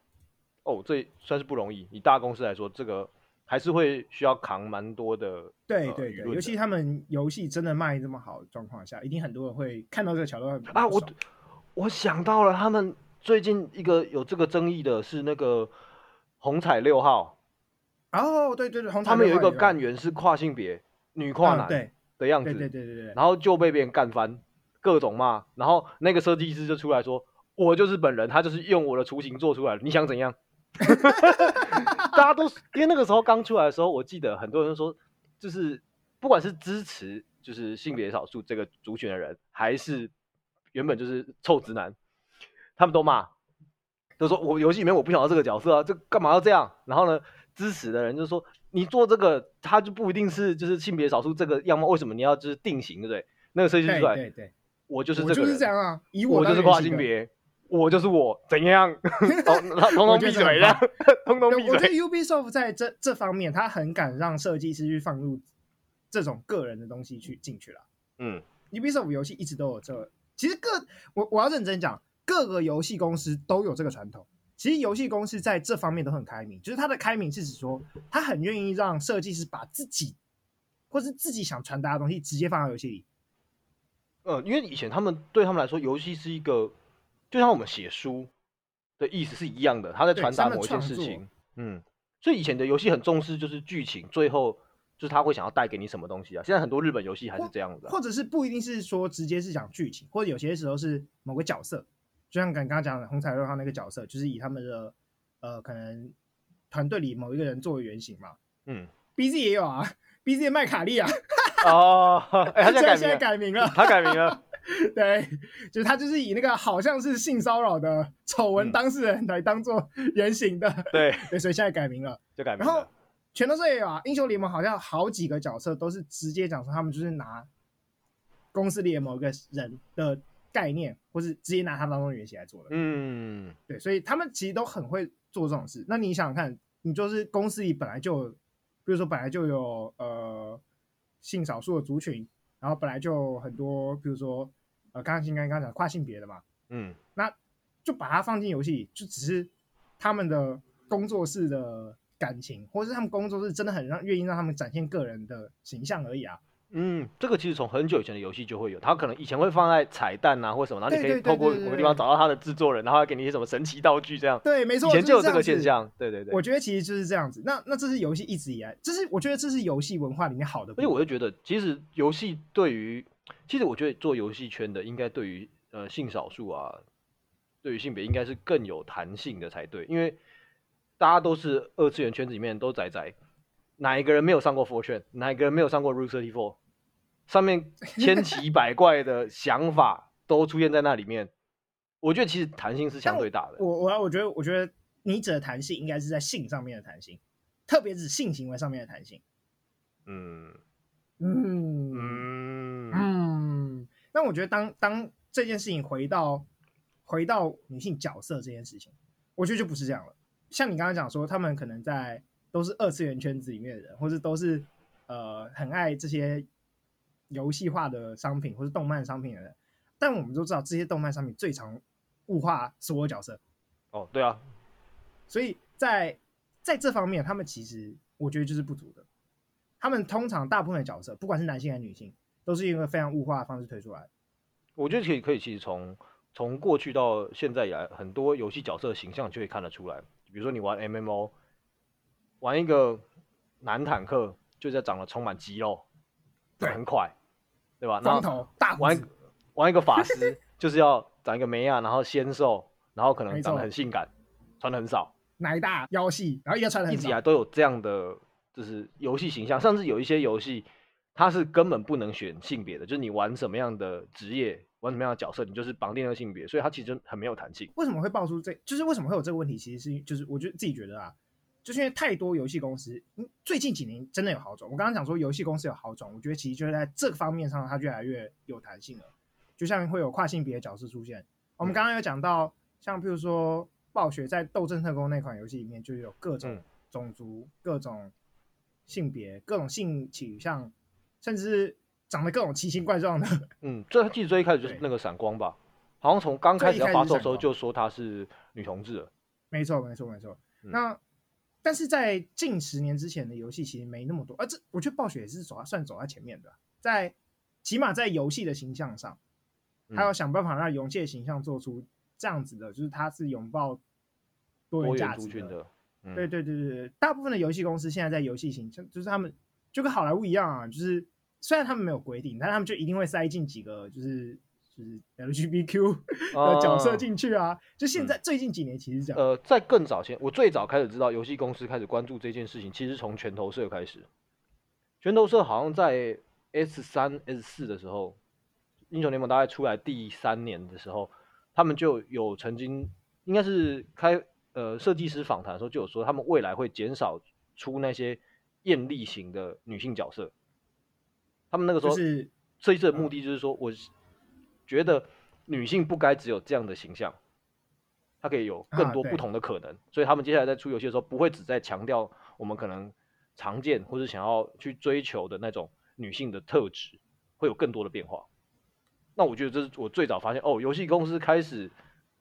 [SPEAKER 1] 哦，这算是不容易。以大公司来说，这个还是会需要扛蛮多的。
[SPEAKER 2] 对
[SPEAKER 1] 呃
[SPEAKER 2] 对
[SPEAKER 1] 舆
[SPEAKER 2] 对，
[SPEAKER 1] 论的
[SPEAKER 2] 尤其他们游戏真的卖这么好的状况下，一定很多人会看到这个桥段
[SPEAKER 1] 啊，我我想到了，他们最近一个有这个争议的是那个红彩六号，
[SPEAKER 2] 哦，对对对，红茶
[SPEAKER 1] 啊他们有一
[SPEAKER 2] 六块
[SPEAKER 1] 个干员是跨性别女跨
[SPEAKER 2] 嗯
[SPEAKER 1] 男
[SPEAKER 2] 对
[SPEAKER 1] 的样子，
[SPEAKER 2] 对对对对对，
[SPEAKER 1] 然后就被别人干翻，各种骂，然后那个设计师就出来说：“我就是本人，他就是用我的雏形做出来的，你想怎样？”大家都因为那个时候刚出来的时候，我记得很多人都说，就是不管是支持就是性别少数这个族群的人，还是原本就是臭直男，他们都骂，都说我游戏里面我不想要这个角色啊，这干嘛要这样？然后呢，支持的人就说你做这个，他就不一定是就是性别少数这个样貌，为什么你要就是定型，对不对？那个设计师
[SPEAKER 2] 对
[SPEAKER 1] 出来，
[SPEAKER 2] 对对，
[SPEAKER 1] 我就是
[SPEAKER 2] 我
[SPEAKER 1] 这
[SPEAKER 2] 就
[SPEAKER 1] 个
[SPEAKER 2] 是
[SPEAKER 1] 人
[SPEAKER 2] 这，样啊，以
[SPEAKER 1] 我就
[SPEAKER 2] 当
[SPEAKER 1] 是
[SPEAKER 2] 原
[SPEAKER 1] 跨
[SPEAKER 2] 型
[SPEAKER 1] 性
[SPEAKER 2] 格
[SPEAKER 1] 别，我就是我，怎
[SPEAKER 2] <laughs>
[SPEAKER 1] 样？通通通闭嘴，这样通通
[SPEAKER 2] 对
[SPEAKER 1] 闭
[SPEAKER 2] 我
[SPEAKER 1] <laughs>
[SPEAKER 2] 觉
[SPEAKER 1] 嘴。
[SPEAKER 2] 得 Ubisoft 在这这方面，他很敢让设计师去放入这种个人的东西去进去了。
[SPEAKER 1] 嗯
[SPEAKER 2] Ubisoft 游戏一直都有这，其实各我我要认真讲，各个游戏公司都有这个传统。其实游戏公司在这方面都很开明，就是它的开明是指说，他很愿意让设计师把自己或是自己想传达的东西直接放到游戏里，
[SPEAKER 1] 呃，因为以前他们对他们来说，游戏是一个，就像我们写书的意思是一样的，他在
[SPEAKER 2] 对
[SPEAKER 1] 传
[SPEAKER 2] 他
[SPEAKER 1] 达
[SPEAKER 2] 们
[SPEAKER 1] 某一件
[SPEAKER 2] 创
[SPEAKER 1] 事
[SPEAKER 2] 作
[SPEAKER 1] 情。嗯，所以以前的游戏很重视就是剧情，最后就是他会想要带给你什么东西啊。现在很多日本游戏还是这样子、啊
[SPEAKER 2] 或。者是不一定是说直接是讲剧情，或者有些时候是某个角色，就像刚刚讲的红彩六号那个角色，就是以他们的呃可能团队里某一个人作为原型嘛。
[SPEAKER 1] 嗯，
[SPEAKER 2] BZ 也有啊，BZ 麦卡利啊，
[SPEAKER 1] 哦， <laughs> 哎、他
[SPEAKER 2] 虽
[SPEAKER 1] 现在
[SPEAKER 2] 然 <laughs> 现在
[SPEAKER 1] 改
[SPEAKER 2] 改名
[SPEAKER 1] 名了，<laughs>
[SPEAKER 2] 了，
[SPEAKER 1] 他改名了。
[SPEAKER 2] 对，就是他就是以那个好像是性骚扰的丑闻
[SPEAKER 1] 嗯
[SPEAKER 2] 当事人来当做原型的，
[SPEAKER 1] 对，
[SPEAKER 2] 对，所以现在改名了。
[SPEAKER 1] 就改名
[SPEAKER 2] 然后
[SPEAKER 1] 了。
[SPEAKER 2] 全都是也有啊，英雄联盟好像好几个角色都是直接讲说他们就是拿公司里的某个人的概念，或是直接拿他当中原型来做的。
[SPEAKER 1] 嗯，
[SPEAKER 2] 对，所以他们其实都很会做这种事。那你想想看，你就是公司里本来就有，比如说本来就有呃性少数的族群，然后本来就有很多，比如说呃刚刚新刚刚讲跨性别的嘛，
[SPEAKER 1] 嗯，
[SPEAKER 2] 那就把它放进游戏里，就只是他们的工作室的感情，或者是他们工作室真的很让愿意让他们展现个人的形象而已啊。
[SPEAKER 1] 嗯，这个其实从很久以前的游戏就会有，它可能以前会放在彩蛋啊或什么，然后你可
[SPEAKER 2] 对
[SPEAKER 1] 以
[SPEAKER 2] 对
[SPEAKER 1] 透
[SPEAKER 2] 对
[SPEAKER 1] 过
[SPEAKER 2] 对对
[SPEAKER 1] 某个地方
[SPEAKER 2] 对
[SPEAKER 1] 找到它的制作人，然后他给你一些什么神奇道具这样。
[SPEAKER 2] 对，没错，
[SPEAKER 1] 以前就有
[SPEAKER 2] 是
[SPEAKER 1] 这个
[SPEAKER 2] 样子
[SPEAKER 1] 现。象，对对对。
[SPEAKER 2] 我觉得其实就是这样子。那那这是游戏一直以来，这是我觉得这是游戏文化里面好的部
[SPEAKER 1] 而
[SPEAKER 2] 分。
[SPEAKER 1] 且我就觉得，其实游戏对于，其实我觉得做游戏圈的，应该对于呃性少数啊，对于性别应该是更有弹性的才对，因为大家都是二次元圈子里面都宅宅，哪一个人没有上过 f o r t u n 哪一个人没有上过 Root Thirty Four，上面千奇百怪的想法都出现在那里面。我觉得其实弹性是相对大的，
[SPEAKER 2] 我我我觉得我觉得你指的弹性应该是在性上面的弹性，特别指性行为上面的弹性。
[SPEAKER 1] 嗯
[SPEAKER 2] 嗯
[SPEAKER 1] 嗯
[SPEAKER 2] 嗯，那我觉得当当这件事情回到回到女性角色这件事情，我觉得就不是这样了。像你刚刚讲说，他们可能在都是二次元圈子里面的人，或是都是呃很爱这些游戏化的商品或是动漫商品的人，但我们都知道这些动漫商品最常物化所有角色，
[SPEAKER 1] 哦对啊，
[SPEAKER 2] 所以在在这方面，他们其实我觉得就是不足的。他们通常大部分的角色，不管是男性还是女性，都是一个非常物化的方式推出来的。
[SPEAKER 1] 我觉得可以可以，其实从从过去到现在以来，很多游戏角色的形象就可以看得出来。比如说你玩 MMO，玩一个男坦克，就是长得充满肌肉，
[SPEAKER 2] 对
[SPEAKER 1] 很快，对吧？那
[SPEAKER 2] 光头大胡
[SPEAKER 1] 玩
[SPEAKER 2] 子，
[SPEAKER 1] 玩一个法师， <laughs> 就是要长一个梅亚，然后纤瘦，然后可能
[SPEAKER 2] 没
[SPEAKER 1] 长得
[SPEAKER 2] 错
[SPEAKER 1] 很性感，穿的很少。
[SPEAKER 2] 奶大腰细，然后一定要穿的
[SPEAKER 1] 一
[SPEAKER 2] 很
[SPEAKER 1] 直以
[SPEAKER 2] 少
[SPEAKER 1] 来都有这样的就是游戏形象，甚至有一些游戏它是根本不能选性别的，就是你玩什么样的职业，玩什么样的角色，你就是绑定了性别，所以它其实就很没有弹性。
[SPEAKER 2] 为什么会爆出这？就是为什么会有这个问题？其实是就是我觉得自己觉得啊，就是因为太多游戏公司，嗯最近几年真的有好转。我刚刚讲说游戏公司有好转，我觉得其实就是在这个方面上，它越来越有弹性了。就像会有跨性别的角色出现。我们
[SPEAKER 1] 嗯
[SPEAKER 2] 刚刚有讲到，像譬如说暴雪在《斗阵特工》那款游戏里面，就有各种
[SPEAKER 1] 嗯
[SPEAKER 2] 种族、各种性别、各种性倾向，甚至是长得各种奇形怪状的。
[SPEAKER 1] 嗯，最其实最一开始就是
[SPEAKER 2] 对
[SPEAKER 1] 那个闪光吧，好像从刚开始要
[SPEAKER 2] 最一开始
[SPEAKER 1] 发
[SPEAKER 2] 是
[SPEAKER 1] 售的
[SPEAKER 2] 闪
[SPEAKER 1] 时候
[SPEAKER 2] 光
[SPEAKER 1] 就说她是女同志了。
[SPEAKER 2] 没错，没错，没错。
[SPEAKER 1] 嗯
[SPEAKER 2] 那但是在近十年之前的游戏其实没那么多，啊而、这我觉得暴雪也是走在算走在前面的，在起码在游戏的形象上，
[SPEAKER 1] 嗯
[SPEAKER 2] 还要想办法让游戏的形象做出这样子的，就是它是拥抱多元
[SPEAKER 1] 多
[SPEAKER 2] 价
[SPEAKER 1] 元
[SPEAKER 2] 值
[SPEAKER 1] 族群
[SPEAKER 2] 的。
[SPEAKER 1] 的，嗯
[SPEAKER 2] 对对对对对，大部分的游戏公司现在在游戏形象，就是他们就跟好莱坞一样啊，就是虽然他们没有规定，但他们就一定会塞进几个就是就是 LGBTQ 的角色
[SPEAKER 1] 啊
[SPEAKER 2] 进去啊。就
[SPEAKER 1] 嗯
[SPEAKER 2] 现在最近几年其实是这样，
[SPEAKER 1] 呃，在更早前，我最早开始知道游戏公司开始关注这件事情，其实从拳头社开始。拳头社好像在 S 三、S 四的时候，英雄联盟大概出来第三年的时候，他们就有曾经应该是开呃设计师访谈的时候就有说，他们未来会减少出那些艳丽型的女性角色。他们那个时
[SPEAKER 2] 就
[SPEAKER 1] 候
[SPEAKER 2] 是
[SPEAKER 1] 设计师
[SPEAKER 2] 嗯
[SPEAKER 1] 的目的就是说，我是觉得女性不该只有这样的形象，她可以有更
[SPEAKER 2] 啊
[SPEAKER 1] 多
[SPEAKER 2] 对
[SPEAKER 1] 不同的可能。所以他们接下来在出游戏的时候，不会只在强调我们可能常见或是想要去追求的那种女性的特质，会有更多的变化。那我觉得这是我最早发现哦，游戏公司开始，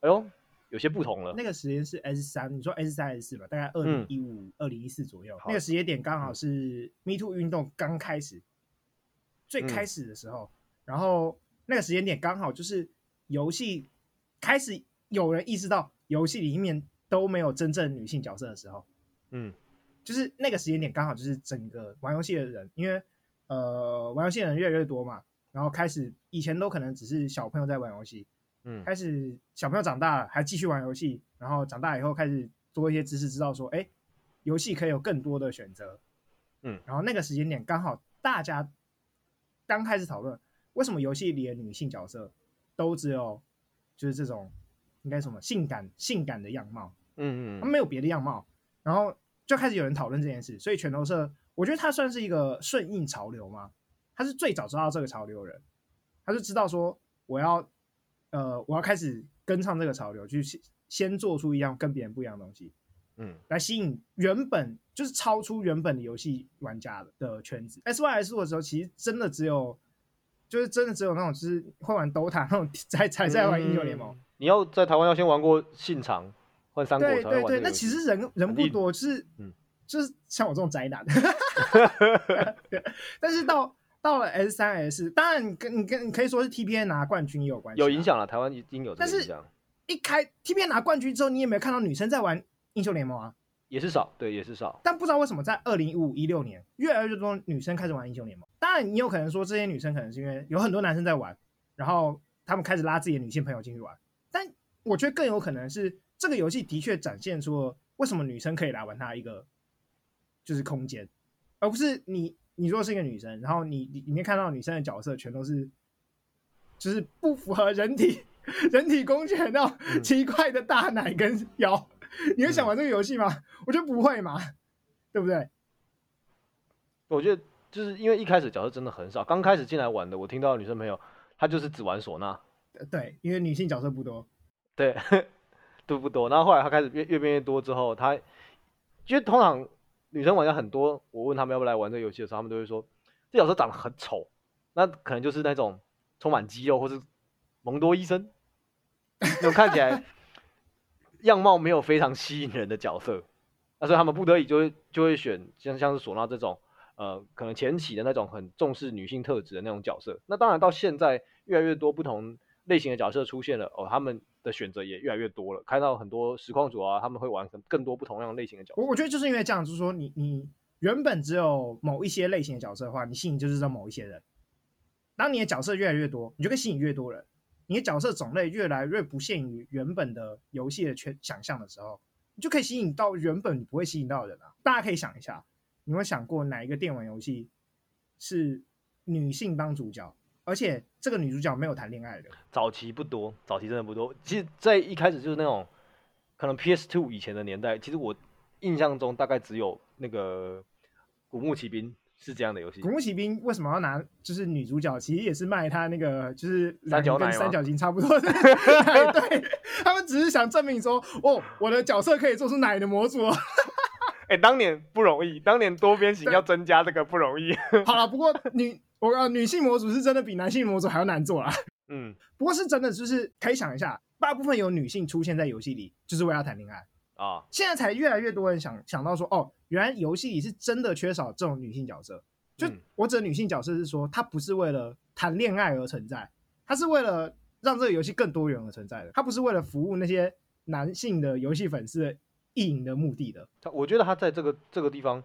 [SPEAKER 1] 哎呦，有些不同了。
[SPEAKER 2] 那个时间是 S 三，你说 S 三 S 四吧，大概二零一五、二零一四左右，
[SPEAKER 1] 嗯好嗯
[SPEAKER 2] 那个时间点刚好
[SPEAKER 1] 嗯
[SPEAKER 2] 是 Me Too 运动刚开始，最开始的时候，然后那个时间点刚好就是游戏开始有人意识到游戏里面都没有真正女性角色的时候，
[SPEAKER 1] 嗯，
[SPEAKER 2] 就是那个时间点刚好就是整个玩游戏的人，因为呃玩游戏的人越来越多嘛，然后开始以前都可能只是小朋友在玩游戏，
[SPEAKER 1] 嗯
[SPEAKER 2] 开始小朋友长大了还继续玩游戏，然后长大以后开始多一些知识，知道说，哎，游戏可以有更多的选择。
[SPEAKER 1] 嗯，
[SPEAKER 2] 然后那个时间点刚好大家刚开始讨论，为什么游戏里的女性角色都只有就是这种应该什么性感性感的样貌，
[SPEAKER 1] 嗯
[SPEAKER 2] 他
[SPEAKER 1] 嗯
[SPEAKER 2] 没有别的样貌，然后就开始有人讨论这件事，所以拳头社，我觉得他算是一个顺应潮流嘛，他是最早知道这个潮流的人，他就知道说我要，呃，我要开始跟上这个潮流，去先先做出一样跟别人不一样的东西，
[SPEAKER 1] 嗯
[SPEAKER 2] 来吸引原本就是超出原本的游戏玩家的的圈子。S Y S 的时候，其实真的只有，就是真的只有那种就是会玩 DOTA 那种 <laughs> 才才在玩英雄联盟。
[SPEAKER 1] 嗯你要在台湾要先玩过信长，换三国才
[SPEAKER 2] 对
[SPEAKER 1] 会玩
[SPEAKER 2] 对
[SPEAKER 1] 这
[SPEAKER 2] 对，
[SPEAKER 1] 个
[SPEAKER 2] 那
[SPEAKER 1] 游戏
[SPEAKER 2] 其实人人不
[SPEAKER 1] 例
[SPEAKER 2] 多，就是、
[SPEAKER 1] 嗯
[SPEAKER 2] 就是像我这种宅男， <laughs> 但是到到了 S 三 S，当然你跟你跟你可以说是 TPN 拿冠军也有关系、
[SPEAKER 1] 有影。响了，台湾已经有这
[SPEAKER 2] 但
[SPEAKER 1] 个
[SPEAKER 2] 是
[SPEAKER 1] 影响，
[SPEAKER 2] 一开 TPN 拿冠军之后，你也没有看到女生在玩英雄联盟啊。
[SPEAKER 1] 也是少，对，也是少，
[SPEAKER 2] 但不知道为什么，在二零一五一六年，越来越多女生开始玩英雄联盟。当然，你有可能说这些女生可能是因为有很多男生在玩，然后他们开始拉自己的女性朋友进去玩。但我觉得更有可能是这个游戏的确展现出了为什么女生可以来玩它的一个就是空间，而不是你你如果是一个女生，然后你你里面看到女生的角色全都是就是不符合人体人体工学那种
[SPEAKER 1] 嗯
[SPEAKER 2] 奇怪的大奶跟腰，你会想玩这个游戏吗？我觉得不会嘛，对不对？
[SPEAKER 1] 我觉得就是因为一开始角色真的很少，刚开始进来玩的，我听到的女生朋友她就是只玩唢呐，
[SPEAKER 2] 呃对，因为女性角色不多，
[SPEAKER 1] 对， <laughs> 对不多。然后后来她开始越越变越多之后，她因为通常女生玩家很多，我问他们要不要来玩这个游戏的时候，他们都会说这角色长得很丑，那可能就是那种充满肌肉或是蒙多医生 <laughs> 那种看起来样貌没有非常吸引人的角色，那所以他们不得已就会就会选像像是唢呐这种。呃，可能前期的那种很重视女性特质的那种角色。那当然，到现在越来越多不同类型的角色出现了，哦，他们的选择也越来越多了。看到很多实况组啊，他们会玩更更多不同样类型的角色。
[SPEAKER 2] 我我觉得就是因为这样，就是说你你原本只有某一些类型的角色的话，你吸引就是这某一些人。当你的角色越来越多，你就可以吸引越多人。你的角色种类越来越不限于原本的游戏的全想象的时候，你就可以吸引到原本你不会吸引到的人啊！大家可以想一下，你有没有想过哪一个电玩游戏是女性当主角，而且这个女主角没有谈恋爱的？
[SPEAKER 1] 早期不多，早期真的不多。其实，在一开始就是那种可能 PS Two 以前的年代，其实我印象中大概只有那个《古墓奇兵》是这样的游戏
[SPEAKER 2] 古。墓奇兵为什么要拿就是女主角？其实也是卖她那个就是
[SPEAKER 1] 三角奶
[SPEAKER 2] 跟
[SPEAKER 1] 吗
[SPEAKER 2] 三角形差不多的 <laughs> 奶，对他们只是想证明说，哦，我的角色可以做出奶的模组哦。
[SPEAKER 1] 哎、当年不容易，当年多边形要增加这个不容易。
[SPEAKER 2] 好了，不过女我呃女性模组是真的比男性模组还要难做啦。
[SPEAKER 1] <laughs> 嗯，
[SPEAKER 2] 不过是真的就是可以想一下，大部分有女性出现在游戏里，就是为了谈恋爱。
[SPEAKER 1] 啊，
[SPEAKER 2] 现在才越来越多人想想到说，哦，原来游戏里是真的缺少这种女性角色。就
[SPEAKER 1] 嗯
[SPEAKER 2] 我指的女性角色是说，她不是为了谈恋爱而存在，她是为了让这个游戏更多元而存在的，她不是为了服务那些男性的游戏粉丝的意淫的目的的。
[SPEAKER 1] 他我觉得他在这个这个地方，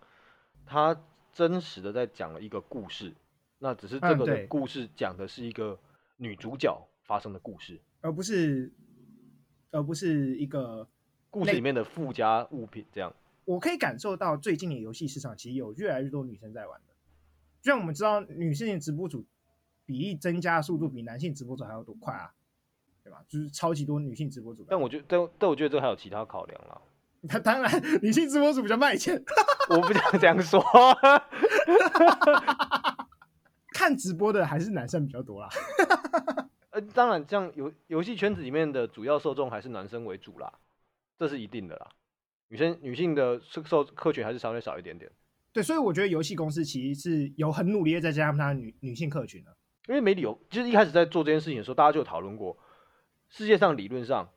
[SPEAKER 1] 他真实的在讲了一个故事，那只是这
[SPEAKER 2] 嗯
[SPEAKER 1] 个
[SPEAKER 2] 对
[SPEAKER 1] 的故事讲的是一个女主角发生的故事，
[SPEAKER 2] 而不是而不是一个。
[SPEAKER 1] 故事里面的附加物品这样。
[SPEAKER 2] 我可以感受到最近的游戏市场其实有越来越多女生在玩的，就像我们知道女性的直播主比例增加的速度比男性直播主还要多快啊，对吧？就是超级多女性直播主的
[SPEAKER 1] 但我觉得，但但我觉得这还有其他考量啦，
[SPEAKER 2] <laughs> 他当然，女性直播主比较卖钱，
[SPEAKER 1] 我不想这样说。 <laughs>
[SPEAKER 2] 看直播的还是男生比较多啦。
[SPEAKER 1] 呃，当然，这样游游戏圈子里面的主要受众还是男生为主啦，这是一定的啦。女生女性的受受客群还是稍微少一点点，
[SPEAKER 2] 对，所以我觉得游戏公司其实是有很努力地在加强他的女女性客群的。
[SPEAKER 1] 因为没理由。就是一开始在做这件事情的时候，大家就有讨论过，世界上理论上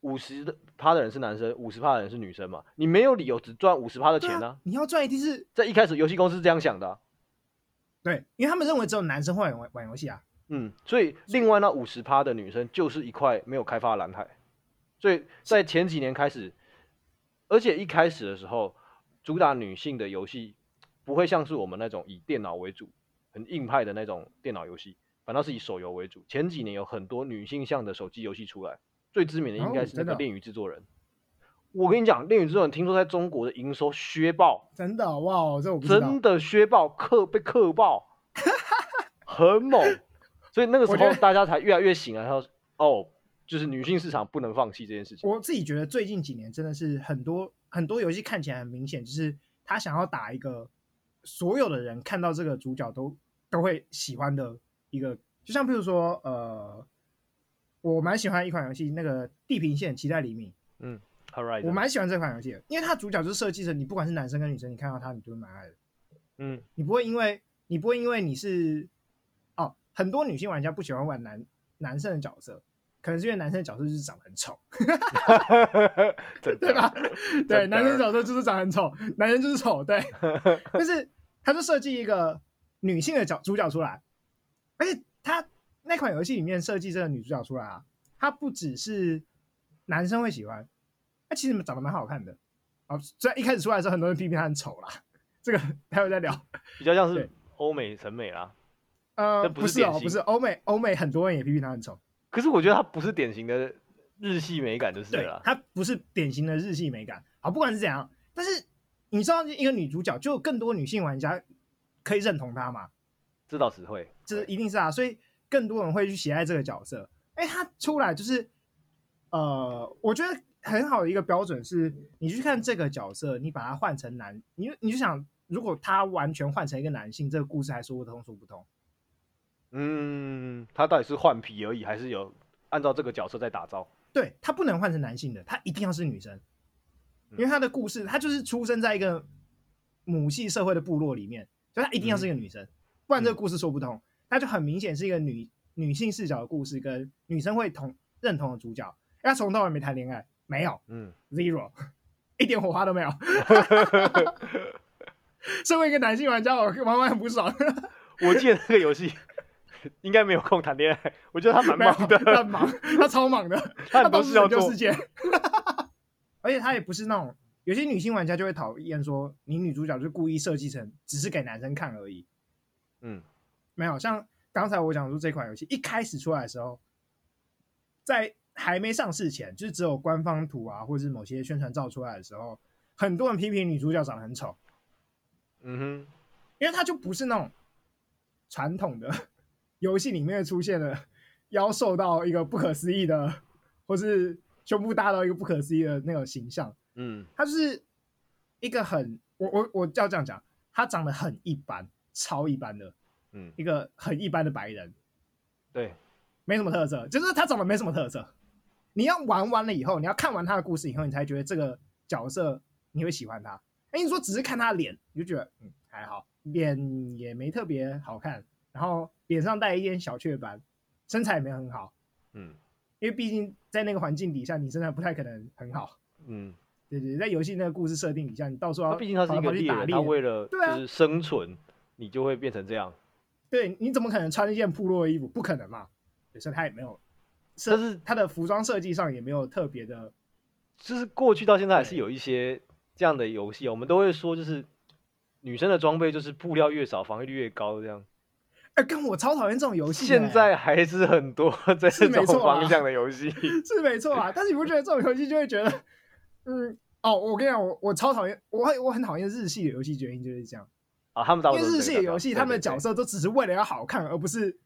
[SPEAKER 1] 五十的趴的人是男生，五十趴的人是女生嘛，你没有理由只赚五十趴的
[SPEAKER 2] 对
[SPEAKER 1] 钱
[SPEAKER 2] 啊，你要赚一定是
[SPEAKER 1] 在一开始游戏公司是这样想的啊、
[SPEAKER 2] 对，因为他们认为只有男生会玩玩游戏啊，
[SPEAKER 1] 嗯，所以另外那五十趴的女生就是一块没有开发的蓝海，所以在前几年开始，而且一开始的时候，主打女性的游戏不会像是我们那种以电脑为主、很硬派的那种电脑游戏，反倒是以手游为主。前几年有很多女性向的手机游戏出来，最知名的应该是那
[SPEAKER 2] 哦真
[SPEAKER 1] 个
[SPEAKER 2] 的哦
[SPEAKER 1] 《恋与制作人》。我跟你讲，《恋与制作人》听说在中国的营收削爆，
[SPEAKER 2] 真的哇，这我不知道
[SPEAKER 1] 真。的削爆，克被克
[SPEAKER 2] <laughs>
[SPEAKER 1] 爆，很猛。所以那个时
[SPEAKER 2] 我觉
[SPEAKER 1] 候
[SPEAKER 2] 得
[SPEAKER 1] 大家才越来越醒来，然后哦，就是女性市场不能放弃这件事情。
[SPEAKER 2] 我自己觉得最近几年真的是很多很多游戏看起来很明显，就是他想要打一个所有的人看到这个主角都都会喜欢的一个，就像比如说呃，我蛮喜欢一款游戏，那个《地平线：期待黎明》，
[SPEAKER 1] 好 right，
[SPEAKER 2] 我蛮喜欢这款游戏的，因为它主角就是设计成你不管是男生跟女生，你看到他你就会蛮爱的， <laughs>
[SPEAKER 1] 嗯
[SPEAKER 2] 你不会因为你不会因为你是哦，很多女性玩家不喜欢玩男男生的角色，可能是因为男生的角色就是长得很丑。
[SPEAKER 1] 真的
[SPEAKER 2] 对吧？
[SPEAKER 1] 真
[SPEAKER 2] 对，
[SPEAKER 1] 的
[SPEAKER 2] 男生角色就是长很丑，男人就是
[SPEAKER 1] <laughs>
[SPEAKER 2] 丑，对。但是他就设计一个女性的角主角出来，而且他那款游戏里面设计这个女主角出来啊，她不只是男生会喜欢，她其实长得蛮好看的啊。虽然一开始出来的时候很多人批评她很丑啦，这个待会再聊。
[SPEAKER 1] 比较像是
[SPEAKER 2] 对
[SPEAKER 1] 欧美审美啦。
[SPEAKER 2] 呃，
[SPEAKER 1] 但不
[SPEAKER 2] 不
[SPEAKER 1] 是
[SPEAKER 2] 是哦，
[SPEAKER 1] 典型
[SPEAKER 2] 不是欧美，欧美很多人也批评她很丑，
[SPEAKER 1] 可是我觉得它不是典型的日系美感，就是
[SPEAKER 2] 对
[SPEAKER 1] 了，啦。
[SPEAKER 2] 它不是典型的日系美感。好，不管是怎样，但是你知道一个女主角，就有更多女性玩家可以认同她嘛？
[SPEAKER 1] 这倒实惠，
[SPEAKER 2] 这
[SPEAKER 1] 对
[SPEAKER 2] 一定是啊，所以更多人会去喜爱这个角色。哎，她出来就是，呃，我觉得很好的一个标准是，你去看这个角色，你把它换成男，你就你就想，如果他完全换成一个男性，这个故事还说不通，说不通。
[SPEAKER 1] 嗯，它到底是换皮而已，还是有按照这个角色在打造？
[SPEAKER 2] 对他不能换成男性的，他一定要是女生，因为他的故事，他就是出生在一个母系社会的部落里面，所以他一定要是一个女生，不然这个故事说不通。那就很明显是一个女女性视角的故事，跟女生会同认同的主角。哎他从头到尾没谈恋爱，没有
[SPEAKER 1] 嗯，
[SPEAKER 2] zero，一 <laughs> 点火花都没有。 <laughs> 身为一个男性玩家，我玩完很不爽，
[SPEAKER 1] 我记得那个游
[SPEAKER 2] <laughs>
[SPEAKER 1] 戏应该没有空谈恋爱，我觉得他蛮
[SPEAKER 2] 没有
[SPEAKER 1] 忙的，
[SPEAKER 2] 他很忙，他超忙的。
[SPEAKER 1] <laughs> 他
[SPEAKER 2] 他
[SPEAKER 1] 很多
[SPEAKER 2] 都
[SPEAKER 1] 事
[SPEAKER 2] 是
[SPEAKER 1] 要
[SPEAKER 2] 拯
[SPEAKER 1] 做
[SPEAKER 2] 救。世界。 <laughs> 而且他也不是那种有些女性玩家就会讨厌说，你女主角就故意设计成只是给男生看而已。
[SPEAKER 1] 嗯，
[SPEAKER 2] 没有，像刚才我讲说这款游戏一开始出来的时候，在还没上市前，就是只有官方图啊，或者是某些宣传照出来的时候，很多人批评女主角长得很丑，
[SPEAKER 1] 嗯
[SPEAKER 2] 因为她就不是那种传统的游戏里面会出现的妖兽到一个不可思议的，或是胸部大到一个不可思议的那种形象。
[SPEAKER 1] 哼，嗯
[SPEAKER 2] 他就是一个很，我我我要这样讲，他长得很一般，超一般的
[SPEAKER 1] 嗯，
[SPEAKER 2] 一个很一般的白人，
[SPEAKER 1] 对，
[SPEAKER 2] 没什么特色，就是他长得没什么特色。你要玩完了以后，你要看完他的故事以后，你才觉得这个角色你会喜欢他。哎，你说只是看他的脸，你就觉得嗯还好，脸也没特别好看，然后脸上带一点小雀斑，身材也没有很好，
[SPEAKER 1] 嗯
[SPEAKER 2] 因为毕竟在那个环境底下，你身材不太可能很好。
[SPEAKER 1] 嗯，
[SPEAKER 2] 对对，对在游戏那个故事设定底下，你到时候
[SPEAKER 1] 他
[SPEAKER 2] 要
[SPEAKER 1] 毕竟他是
[SPEAKER 2] 跑
[SPEAKER 1] 一
[SPEAKER 2] 来
[SPEAKER 1] 个
[SPEAKER 2] 跑去
[SPEAKER 1] 猎
[SPEAKER 2] 打
[SPEAKER 1] 人，他为了
[SPEAKER 2] 对啊
[SPEAKER 1] 就是生存，你就会变成这样。
[SPEAKER 2] 对，你怎么可能穿一件部落的衣服？不可能嘛！所以他也没有，
[SPEAKER 1] 但是
[SPEAKER 2] 他的服装设计上也没有特别的，
[SPEAKER 1] 就是过去到现在还是
[SPEAKER 2] 对
[SPEAKER 1] 有一些这样的游戏，啊我们都会说就是女生的装备就是布料越少，防御率越高这样。
[SPEAKER 2] 哎、跟我超讨厌这种游戏的欸、
[SPEAKER 1] 现在还是很多 <laughs> 这
[SPEAKER 2] 是没
[SPEAKER 1] 种
[SPEAKER 2] 错啊
[SPEAKER 1] 方向的游
[SPEAKER 2] <laughs>
[SPEAKER 1] 戏。
[SPEAKER 2] 是没错啊，但是你不觉得这种游戏就会觉得，嗯，哦，我跟你讲，我我超讨厌，我很我很讨厌日系的游戏，原因就是这样，
[SPEAKER 1] 啊，他们大
[SPEAKER 2] 因
[SPEAKER 1] 部
[SPEAKER 2] 为
[SPEAKER 1] 分
[SPEAKER 2] 日
[SPEAKER 1] 都是
[SPEAKER 2] 系
[SPEAKER 1] 这
[SPEAKER 2] 的
[SPEAKER 1] 个
[SPEAKER 2] 游戏
[SPEAKER 1] 对
[SPEAKER 2] 他们的
[SPEAKER 1] 对
[SPEAKER 2] 角
[SPEAKER 1] 对
[SPEAKER 2] 色都只是为了要好看，而不是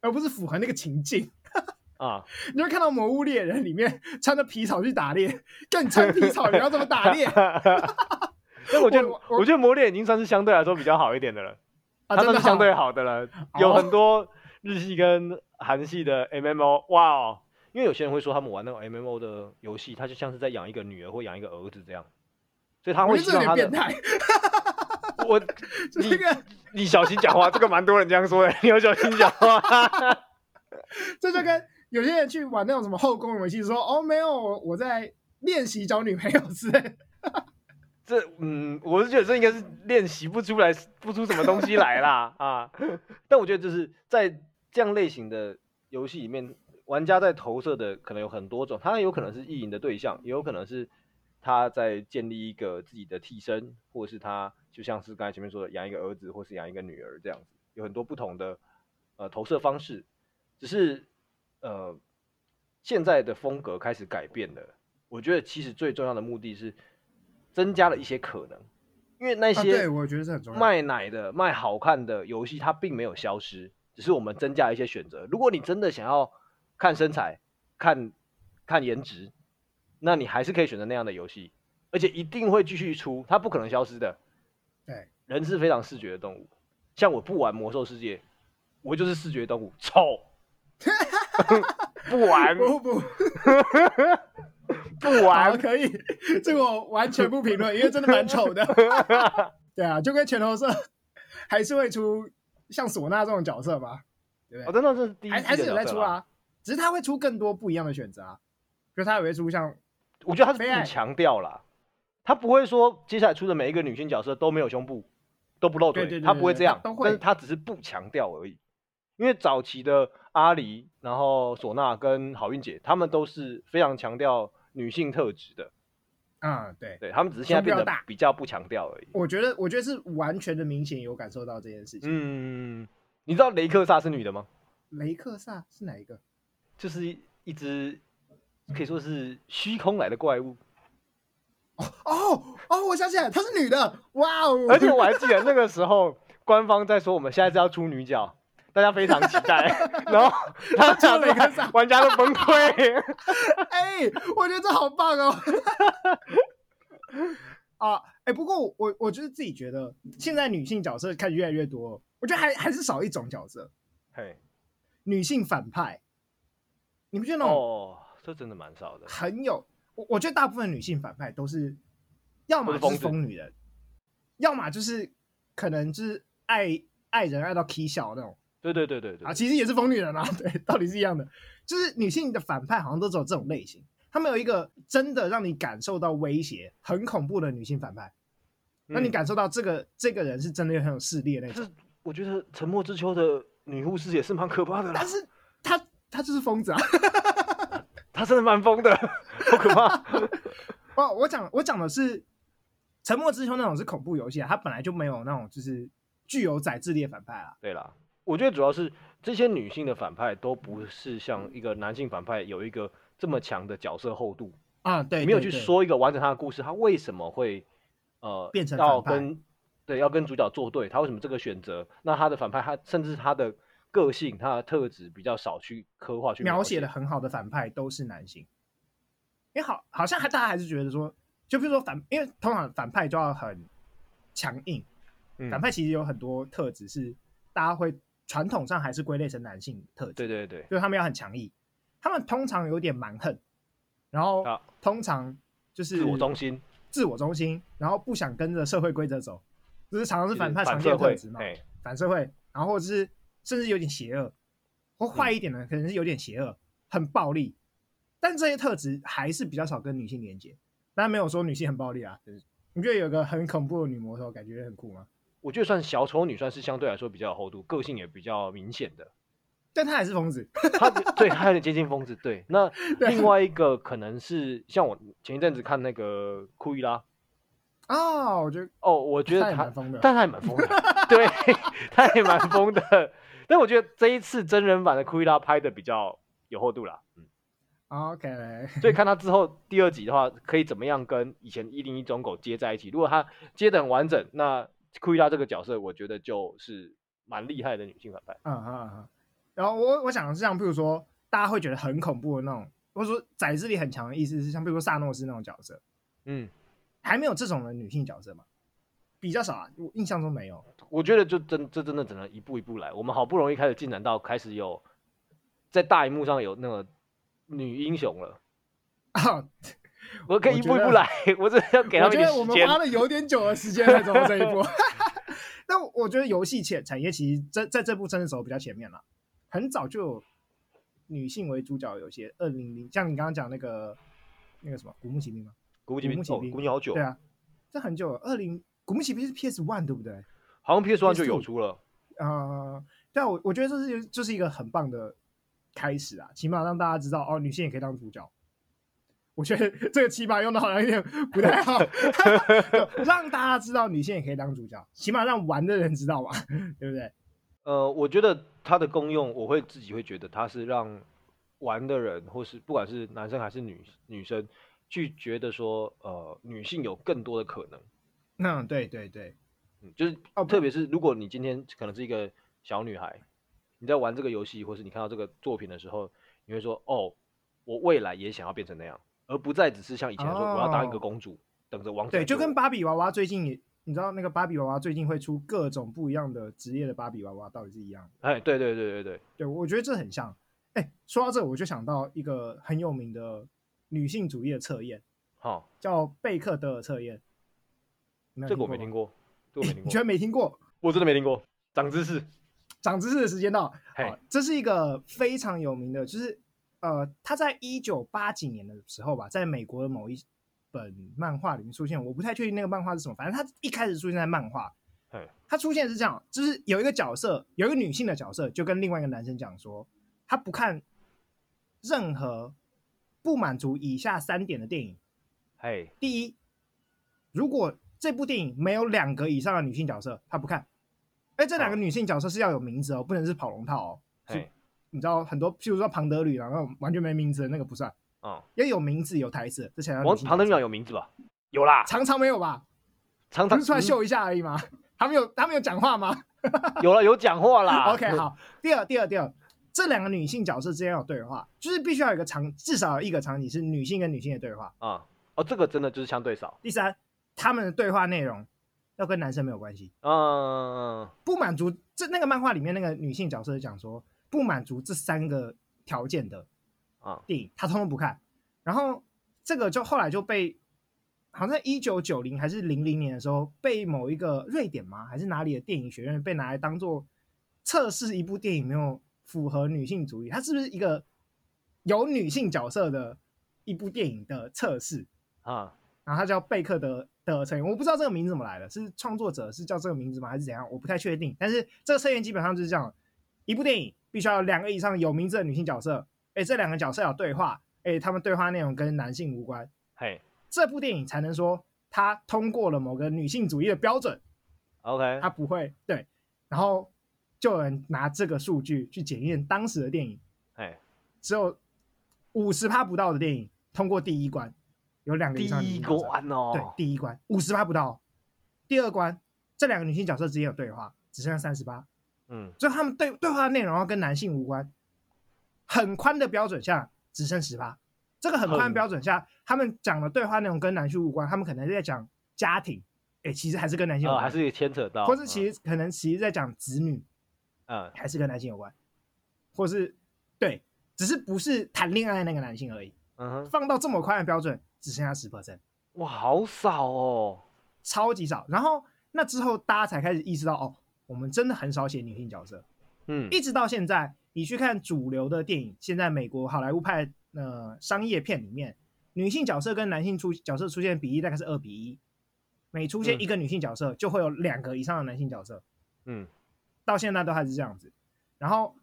[SPEAKER 2] 而不是符合那个情境。
[SPEAKER 1] 啊，
[SPEAKER 2] 你会看到《魔物猎人》里面穿着皮草去打猎，跟你穿皮草你要怎么打
[SPEAKER 1] <laughs>
[SPEAKER 2] 猎啊
[SPEAKER 1] 但我觉得
[SPEAKER 2] 我我
[SPEAKER 1] 我觉得魔猎已经算是相对来说比较好一点的了，
[SPEAKER 2] 啊？
[SPEAKER 1] 它
[SPEAKER 2] 真
[SPEAKER 1] 算
[SPEAKER 2] 的哦
[SPEAKER 1] 是相
[SPEAKER 2] 好
[SPEAKER 1] 对好的了，有很多日系跟韩系的 MMO，哇哦！因为有些人会说他们玩那种 MMO 的游戏，他就像是在养一个女儿或养一个儿子这样，所以他
[SPEAKER 2] 我
[SPEAKER 1] 会
[SPEAKER 2] 觉得
[SPEAKER 1] 希
[SPEAKER 2] 这有
[SPEAKER 1] 望
[SPEAKER 2] 点
[SPEAKER 1] 他
[SPEAKER 2] 变
[SPEAKER 1] 的嗯
[SPEAKER 2] 态， <laughs>
[SPEAKER 1] 我
[SPEAKER 2] 这个
[SPEAKER 1] 你小心讲
[SPEAKER 2] <laughs>
[SPEAKER 1] 话，这个蛮多人这样说的，你要小心讲话。 <laughs>
[SPEAKER 2] 这就跟有些人去玩那种什么后宫游戏，说哦没有，我我在练习找女朋友之类的。
[SPEAKER 1] 这嗯，我是觉得这应该是练习不出来，不出什么东西来啦啊。但我觉得就是在这样类型的游戏里面，玩家在投射的可能有很多种，他有可能是意淫的对象，也有可能是他在建立一个自己的替身，或者是他就像是刚才前面说的养一个儿子，或是养一个女儿这样子，有很多不同的呃投射方式。只是呃现在的风格开始改变了，我觉得其实最重要的目的是增加了一些可能，因为那
[SPEAKER 2] 啊，
[SPEAKER 1] 些、
[SPEAKER 2] 对，我觉得是很重要。
[SPEAKER 1] 卖奶的、卖好看的游戏，它并没有消失，只是我们增加一些选择。如果你真的想要看身材、看看颜值，那你还是可以选择那样的游戏，而且一定会继续出，它不可能消失的。
[SPEAKER 2] 对，
[SPEAKER 1] 人是非常视觉的动物，像我不玩魔兽世界，我就是视觉动物，
[SPEAKER 2] <laughs>
[SPEAKER 1] 丑， <laughs> 不玩
[SPEAKER 2] 不不，
[SPEAKER 1] 不
[SPEAKER 2] 好，
[SPEAKER 1] 玩，
[SPEAKER 2] 可以， <laughs> 这个我完全不评论，因为真的蛮丑
[SPEAKER 1] <laughs>
[SPEAKER 2] 的。对啊，就跟拳头社还是会出像唢呐这种角色吧，对
[SPEAKER 1] 哦，
[SPEAKER 2] 不
[SPEAKER 1] 真的这是第一
[SPEAKER 2] 对？
[SPEAKER 1] 季
[SPEAKER 2] 还还是有
[SPEAKER 1] 的
[SPEAKER 2] 在
[SPEAKER 1] 角色
[SPEAKER 2] 出
[SPEAKER 1] 啦，
[SPEAKER 2] 啊，只是他会出更多不一样的选择啊，就他也会出像
[SPEAKER 1] 我觉得他是
[SPEAKER 2] 非爱
[SPEAKER 1] 不强调啦，他不会说接下来出的每一个女性角色都没有胸部，都不露腿，
[SPEAKER 2] 对对对
[SPEAKER 1] 他不会
[SPEAKER 2] 对
[SPEAKER 1] 这样
[SPEAKER 2] 他都，会
[SPEAKER 1] 但是他只是不强调而已。因为早期的阿狸，然后唢呐跟好运姐，他们都是非常强调女性特质的，
[SPEAKER 2] 啊、对，
[SPEAKER 1] 对他们只是现在
[SPEAKER 2] 胸比较
[SPEAKER 1] 变得
[SPEAKER 2] 大
[SPEAKER 1] 比较不强调而已。
[SPEAKER 2] 我觉得我觉得是完全的明显有感受到这件事情。
[SPEAKER 1] 嗯，你知道雷克萨是女的吗？
[SPEAKER 2] 雷克萨是哪一个？
[SPEAKER 1] 就是一一只可以说是虚空来的怪物，
[SPEAKER 2] 哦哦，我想起来，她是女的，哇哦！
[SPEAKER 1] <laughs> 而且我还记得那个时候，官方在说我们下一次要出女角，大家非常期待。然
[SPEAKER 2] <laughs>
[SPEAKER 1] 后他
[SPEAKER 2] 出了
[SPEAKER 1] 讲
[SPEAKER 2] 雷克萨
[SPEAKER 1] 玩家都崩溃。
[SPEAKER 2] 哎、我觉得这好棒哦！ <laughs> 啊，哎、不过我我我就是自己觉得，现在女性角色看越来越多，我觉得还还是少一种角色，
[SPEAKER 1] <laughs> 嘿，
[SPEAKER 2] 女性反派。你不觉得那种
[SPEAKER 1] 哦，这真的蛮少的。
[SPEAKER 2] 很有？我我觉得大部分女性反派都是，要么就
[SPEAKER 1] 都
[SPEAKER 2] 是
[SPEAKER 1] 是疯子
[SPEAKER 2] 疯女人，要么就是可能就是爱爱人爱到 k 笑那种
[SPEAKER 1] 对对对对对
[SPEAKER 2] 啊，，其实也是疯女人啊， <laughs> 对，道理是一样的。就是女性的反派好像都只有这种类型，她们有一个真的让你感受到威胁、很恐怖的女性反派，让你
[SPEAKER 1] 嗯
[SPEAKER 2] 感受到这个这个人是真的很有势力的那 <laughs> 种。
[SPEAKER 1] 是我觉得《沉默之丘》的女护士也是蛮可怕的啦
[SPEAKER 2] 但，是她她就是疯子啊！ <laughs>
[SPEAKER 1] 她真的蛮疯的，好可怕。 <laughs>
[SPEAKER 2] 哦，我讲我讲的是《沉默之丘》那种是恐怖游戏啊，它本来就没有那种就是具有宰制力的反派啊。
[SPEAKER 1] 对啦，我觉得主要是这些女性的反派都不是像一个男性反派有一个这么强的角色厚度。
[SPEAKER 2] 啊，对，
[SPEAKER 1] 没有
[SPEAKER 2] 对
[SPEAKER 1] 去
[SPEAKER 2] 对
[SPEAKER 1] 说一个完整他的故事，他为什么会呃
[SPEAKER 2] 变成
[SPEAKER 1] 要
[SPEAKER 2] 反派
[SPEAKER 1] 跟对要跟主角作对，他为什么这个选择？那他的反派，他甚至他的个性、他的特质比较少去刻画去
[SPEAKER 2] 描
[SPEAKER 1] 写
[SPEAKER 2] 写的很好的反派都是男性，因为好好像还大家还是觉得说，就比如说反，因为通常反派就要很强硬，
[SPEAKER 1] 嗯
[SPEAKER 2] 反派其实有很多特质是大家会传统上还是归类成男性特质，
[SPEAKER 1] 对对对，
[SPEAKER 2] 就是他们要很强硬，他们通常有点蛮横，然后
[SPEAKER 1] 啊
[SPEAKER 2] 通常就是
[SPEAKER 1] 自我中心，
[SPEAKER 2] 自我中心，然后不想跟着社会规则走，这是常常
[SPEAKER 1] 就是是
[SPEAKER 2] 反派常
[SPEAKER 1] 反
[SPEAKER 2] 见
[SPEAKER 1] 社
[SPEAKER 2] 的特
[SPEAKER 1] 会
[SPEAKER 2] 质，嘛。
[SPEAKER 1] 哎，
[SPEAKER 2] 反社会，然后或者是甚至有点邪恶，或
[SPEAKER 1] 嗯
[SPEAKER 2] 坏一点的可能是有点邪恶，很暴力，但这些特质还是比较少跟女性连接。当然没有说女性很暴力啊，就是你觉得有个很恐怖的女魔头，感觉很酷吗？
[SPEAKER 1] 我觉得算小丑女算是相对来说比较有厚度，个性也比较明显的。
[SPEAKER 2] 但她还是疯子，
[SPEAKER 1] 他对他有点接近疯子。对，那
[SPEAKER 2] <laughs> 对
[SPEAKER 1] 另外一个可能是像我前一阵子看那个库伊拉，
[SPEAKER 2] 哦，我觉得
[SPEAKER 1] 哦，我觉
[SPEAKER 2] 她
[SPEAKER 1] 得
[SPEAKER 2] 也
[SPEAKER 1] 他
[SPEAKER 2] 蛮疯的。
[SPEAKER 1] 但他也蛮疯的， <laughs> 对，他也蛮疯的。但我觉得这一次真人版的库伊拉拍的比较有厚度啦，嗯，
[SPEAKER 2] OK， <laughs> 啊
[SPEAKER 1] 所以看他之后第二集的话，可以怎么样跟以前一零一种狗接在一起。如果他接的很完整，那库伊拉这个角色，我觉得就是蛮厉害的女性反派。
[SPEAKER 2] 嗯嗯嗯嗯。然后我我想是像，比如说大家会觉得很恐怖的那种，或者说宰制力很强的意思是，像比如说萨诺斯那种角色，
[SPEAKER 1] 嗯，
[SPEAKER 2] 还没有这种的女性角色嘛，比较少啊，我印象中没有。 <laughs>
[SPEAKER 1] 我觉得就真这真的只能一步一步来。我们好不容易开始进展到开始有在大荧幕上有那个女英雄了，
[SPEAKER 2] 啊，
[SPEAKER 1] 我可以
[SPEAKER 2] 我
[SPEAKER 1] 一
[SPEAKER 2] 觉
[SPEAKER 1] 步一步
[SPEAKER 2] 得
[SPEAKER 1] 来，我只是要给他
[SPEAKER 2] 我
[SPEAKER 1] 们一
[SPEAKER 2] 觉
[SPEAKER 1] 点
[SPEAKER 2] 得
[SPEAKER 1] 时
[SPEAKER 2] 我们
[SPEAKER 1] 间。
[SPEAKER 2] 花了有点久的时间才走到这一
[SPEAKER 1] <laughs>
[SPEAKER 2] 步。但我觉得游戏前产业其实在在这步真的走得比较前面了，很早就有女性为主角的游戏。二零零，像你刚刚讲那个那个什么《古墓奇兵》吗？
[SPEAKER 1] 古
[SPEAKER 2] 古墓奇
[SPEAKER 1] 哦
[SPEAKER 2] 兵
[SPEAKER 1] 古井好久
[SPEAKER 2] 对，啊，这很久了。二零《古墓奇兵》是 PS One 对不对？
[SPEAKER 1] 好像 PS One 就
[SPEAKER 2] PS2
[SPEAKER 1] 有出了。
[SPEAKER 2] 呃，但我我觉得这是就是一个很棒的开始啊，起码让大家知道哦，女性也可以当主角。我觉得这个起码用的好像有点不太 <laughs> 好，让大家知道女性也可以当主角，起码让玩的人知道吧，对不对？
[SPEAKER 1] 呃，我觉得它的功用，我会自己会觉得它是让玩的人，或是不管是男生还是女女生，去觉得说，呃，女性有更多的可能。
[SPEAKER 2] 那对对对，
[SPEAKER 1] 嗯，就是
[SPEAKER 2] 哦
[SPEAKER 1] 特别是如果你今天可能是一个小女孩，你在玩这个游戏，或是你看到这个作品的时候，你会说：“哦，我未来也想要变成那样，而不再只是像以前说我要当一个
[SPEAKER 2] 哦
[SPEAKER 1] 公主，等着王子来
[SPEAKER 2] 对，就
[SPEAKER 1] 救
[SPEAKER 2] 跟
[SPEAKER 1] 我
[SPEAKER 2] 芭比娃娃最近也，你知道那个芭比娃娃最近会出各种不一样的职业的芭比娃娃，到底是一样的。
[SPEAKER 1] 哎，对对对对对，
[SPEAKER 2] 对，我觉得这很像。哎，说到这，我就想到一个很有名的女性主义的测验，
[SPEAKER 1] 好，
[SPEAKER 2] 叫贝克德尔测验。你有
[SPEAKER 1] 这个我没听
[SPEAKER 2] 过
[SPEAKER 1] 过，这个我没听
[SPEAKER 2] 吗， <laughs> 你居然
[SPEAKER 1] 过，
[SPEAKER 2] 没听过？
[SPEAKER 1] 我真的没听过，长知识。
[SPEAKER 2] 长知识的时间到。
[SPEAKER 1] 嘿
[SPEAKER 2] 好，这是一个非常有名的，就是呃，他在一九八几年的时候吧，在美国的某一本漫画里面出现，我不太确定那个漫画是什么，反正他一开始出现在漫画
[SPEAKER 1] 嘿。
[SPEAKER 2] 他出现是这样，就是有一个角色，有一个女性的角色，就跟另外一个男生讲说，他不看任何不满足以下三点的电影。
[SPEAKER 1] 嘿，
[SPEAKER 2] 第一，如果这部电影没有两个以上的女性角色，他不看。哎，这两个
[SPEAKER 1] 好
[SPEAKER 2] 女性角色是要有名字哦，不能是跑龙套哦。是
[SPEAKER 1] 嘿，
[SPEAKER 2] 你知道很多，譬如说庞德旅郎那种完全没名字的那个不算，
[SPEAKER 1] 嗯，
[SPEAKER 2] 要有名字有台词，这才叫
[SPEAKER 1] 王
[SPEAKER 2] 女性角色
[SPEAKER 1] 庞德女郎有名字吧？有
[SPEAKER 2] <laughs>
[SPEAKER 1] 啦，
[SPEAKER 2] 常常没有吧？
[SPEAKER 1] 常
[SPEAKER 2] 不
[SPEAKER 1] 常
[SPEAKER 2] 是出来
[SPEAKER 1] 嗯
[SPEAKER 2] 秀一下而已吗？他们有他们有讲话吗？
[SPEAKER 1] 有了有讲话啦。
[SPEAKER 2] <laughs> OK，好，第二，第二，第二，这两个女性角色之间有对话，就是必须要有一个场，至少有一个场景是女性跟女性的对话。
[SPEAKER 1] 啊、哦，这个真的就是相对少，
[SPEAKER 2] 第三，他们的对话内容要跟男生没有关系，
[SPEAKER 1] 嗯，
[SPEAKER 2] 不满足这那个漫画里面那个女性角色讲说，不满足这三个条件的
[SPEAKER 1] 啊、
[SPEAKER 2] 电影，他通通不看。然后这个就后来就被，好像一九九零还是零零年的时候，被某一个瑞典吗还是哪里的电影学院被拿来当做测试一部电影有没有符合女性主义，它是不是一个有女性角色的一部电影的测试。
[SPEAKER 1] 啊，
[SPEAKER 2] 然后它叫贝克的的成员，我不知道这个名字怎么来的，是创作者是叫这个名字吗，还是怎样？我不太确定。但是这个测验基本上就是这样：一部电影必须要有两个以上有名字的女性角色，哎，这两个角色有对话，哎，他们对话内容跟男性无关，
[SPEAKER 1] 嘿
[SPEAKER 2] 这部电影才能说它通过了某个女性主义的标准，
[SPEAKER 1] ，OK，
[SPEAKER 2] 它不会对。然后就有人拿这个数据去检验当时的电影，
[SPEAKER 1] 哎，
[SPEAKER 2] 只有五十趴不到的电影通过第一关，有两个
[SPEAKER 1] 第
[SPEAKER 2] 以上的女
[SPEAKER 1] 一
[SPEAKER 2] 性角色
[SPEAKER 1] 关
[SPEAKER 2] 对，
[SPEAKER 1] 哦，
[SPEAKER 2] 第一关五十八不到，哦第二关这两个女性角色之间有对话，只剩下三十八，
[SPEAKER 1] 嗯，
[SPEAKER 2] 所以他们对对话的内容要跟男性无关。很宽的标准下，只剩十八。这个很宽的
[SPEAKER 1] 很
[SPEAKER 2] 标准下，他们讲的对话内容跟男性无关，他们可能是在讲家庭，哎、其实还是跟男性有
[SPEAKER 1] 哦，嗯
[SPEAKER 2] 关，
[SPEAKER 1] 还是牵扯到，
[SPEAKER 2] 或是其
[SPEAKER 1] 实，
[SPEAKER 2] 实可能其实在讲子女，
[SPEAKER 1] 嗯，
[SPEAKER 2] 还是跟男性有关，或是对，只是不是谈恋爱的那个男性而已。
[SPEAKER 1] 嗯哼，
[SPEAKER 2] 放到这么宽的标准，只剩下十 percent。
[SPEAKER 1] 哇，好少哦，
[SPEAKER 2] 超级少。然后那之后，大家才开始意识到，哦，我们真的很少写女性角色。
[SPEAKER 1] 嗯，
[SPEAKER 2] 一直到现在，你去看主流的电影，现在美国好莱坞派呃商业片里面，女性角色跟男性出角色出现的比例大概是二比一，每出现
[SPEAKER 1] 嗯
[SPEAKER 2] 一个女性角色，就会有两个以上的男性角色。
[SPEAKER 1] 嗯，
[SPEAKER 2] 到现在都还是这样子。然后，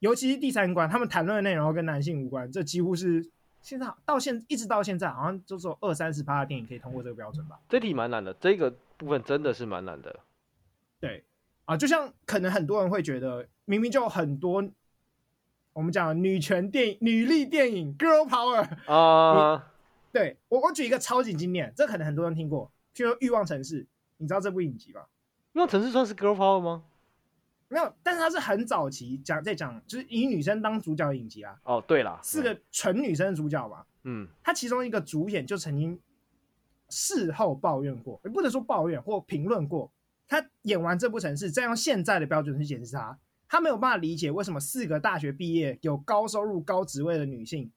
[SPEAKER 2] 尤其是第三关，他们谈论的内容跟男性无关，这几乎是现在到现一直到现在，好像就只有二三十趴的电影可以通过这个标准吧。
[SPEAKER 1] 这题蛮难的，这个部分真的是蛮难的，
[SPEAKER 2] 对啊，就像可能很多人会觉得，明明就有很多我们讲女权电影、女力电影 （girl power）。
[SPEAKER 1] 啊、
[SPEAKER 2] 对我，我举一个超级经典，这可能很多人听过，就《欲望城市》，你知道这部影集吧？
[SPEAKER 1] 因为城市算是 girl power 吗？
[SPEAKER 2] 没有，但是它是很早期讲在讲，就是以女生当主角的影集啊，
[SPEAKER 1] 哦，对啦，
[SPEAKER 2] 四个纯女生的主角嘛。
[SPEAKER 1] 嗯，
[SPEAKER 2] 她其中一个主演就曾经事后抱怨过，也不能说抱怨或评论过，她演完这部城市，再用现在的标准去检视她，她没有办法理解为什么四个大学毕业有高收入、高职位的女性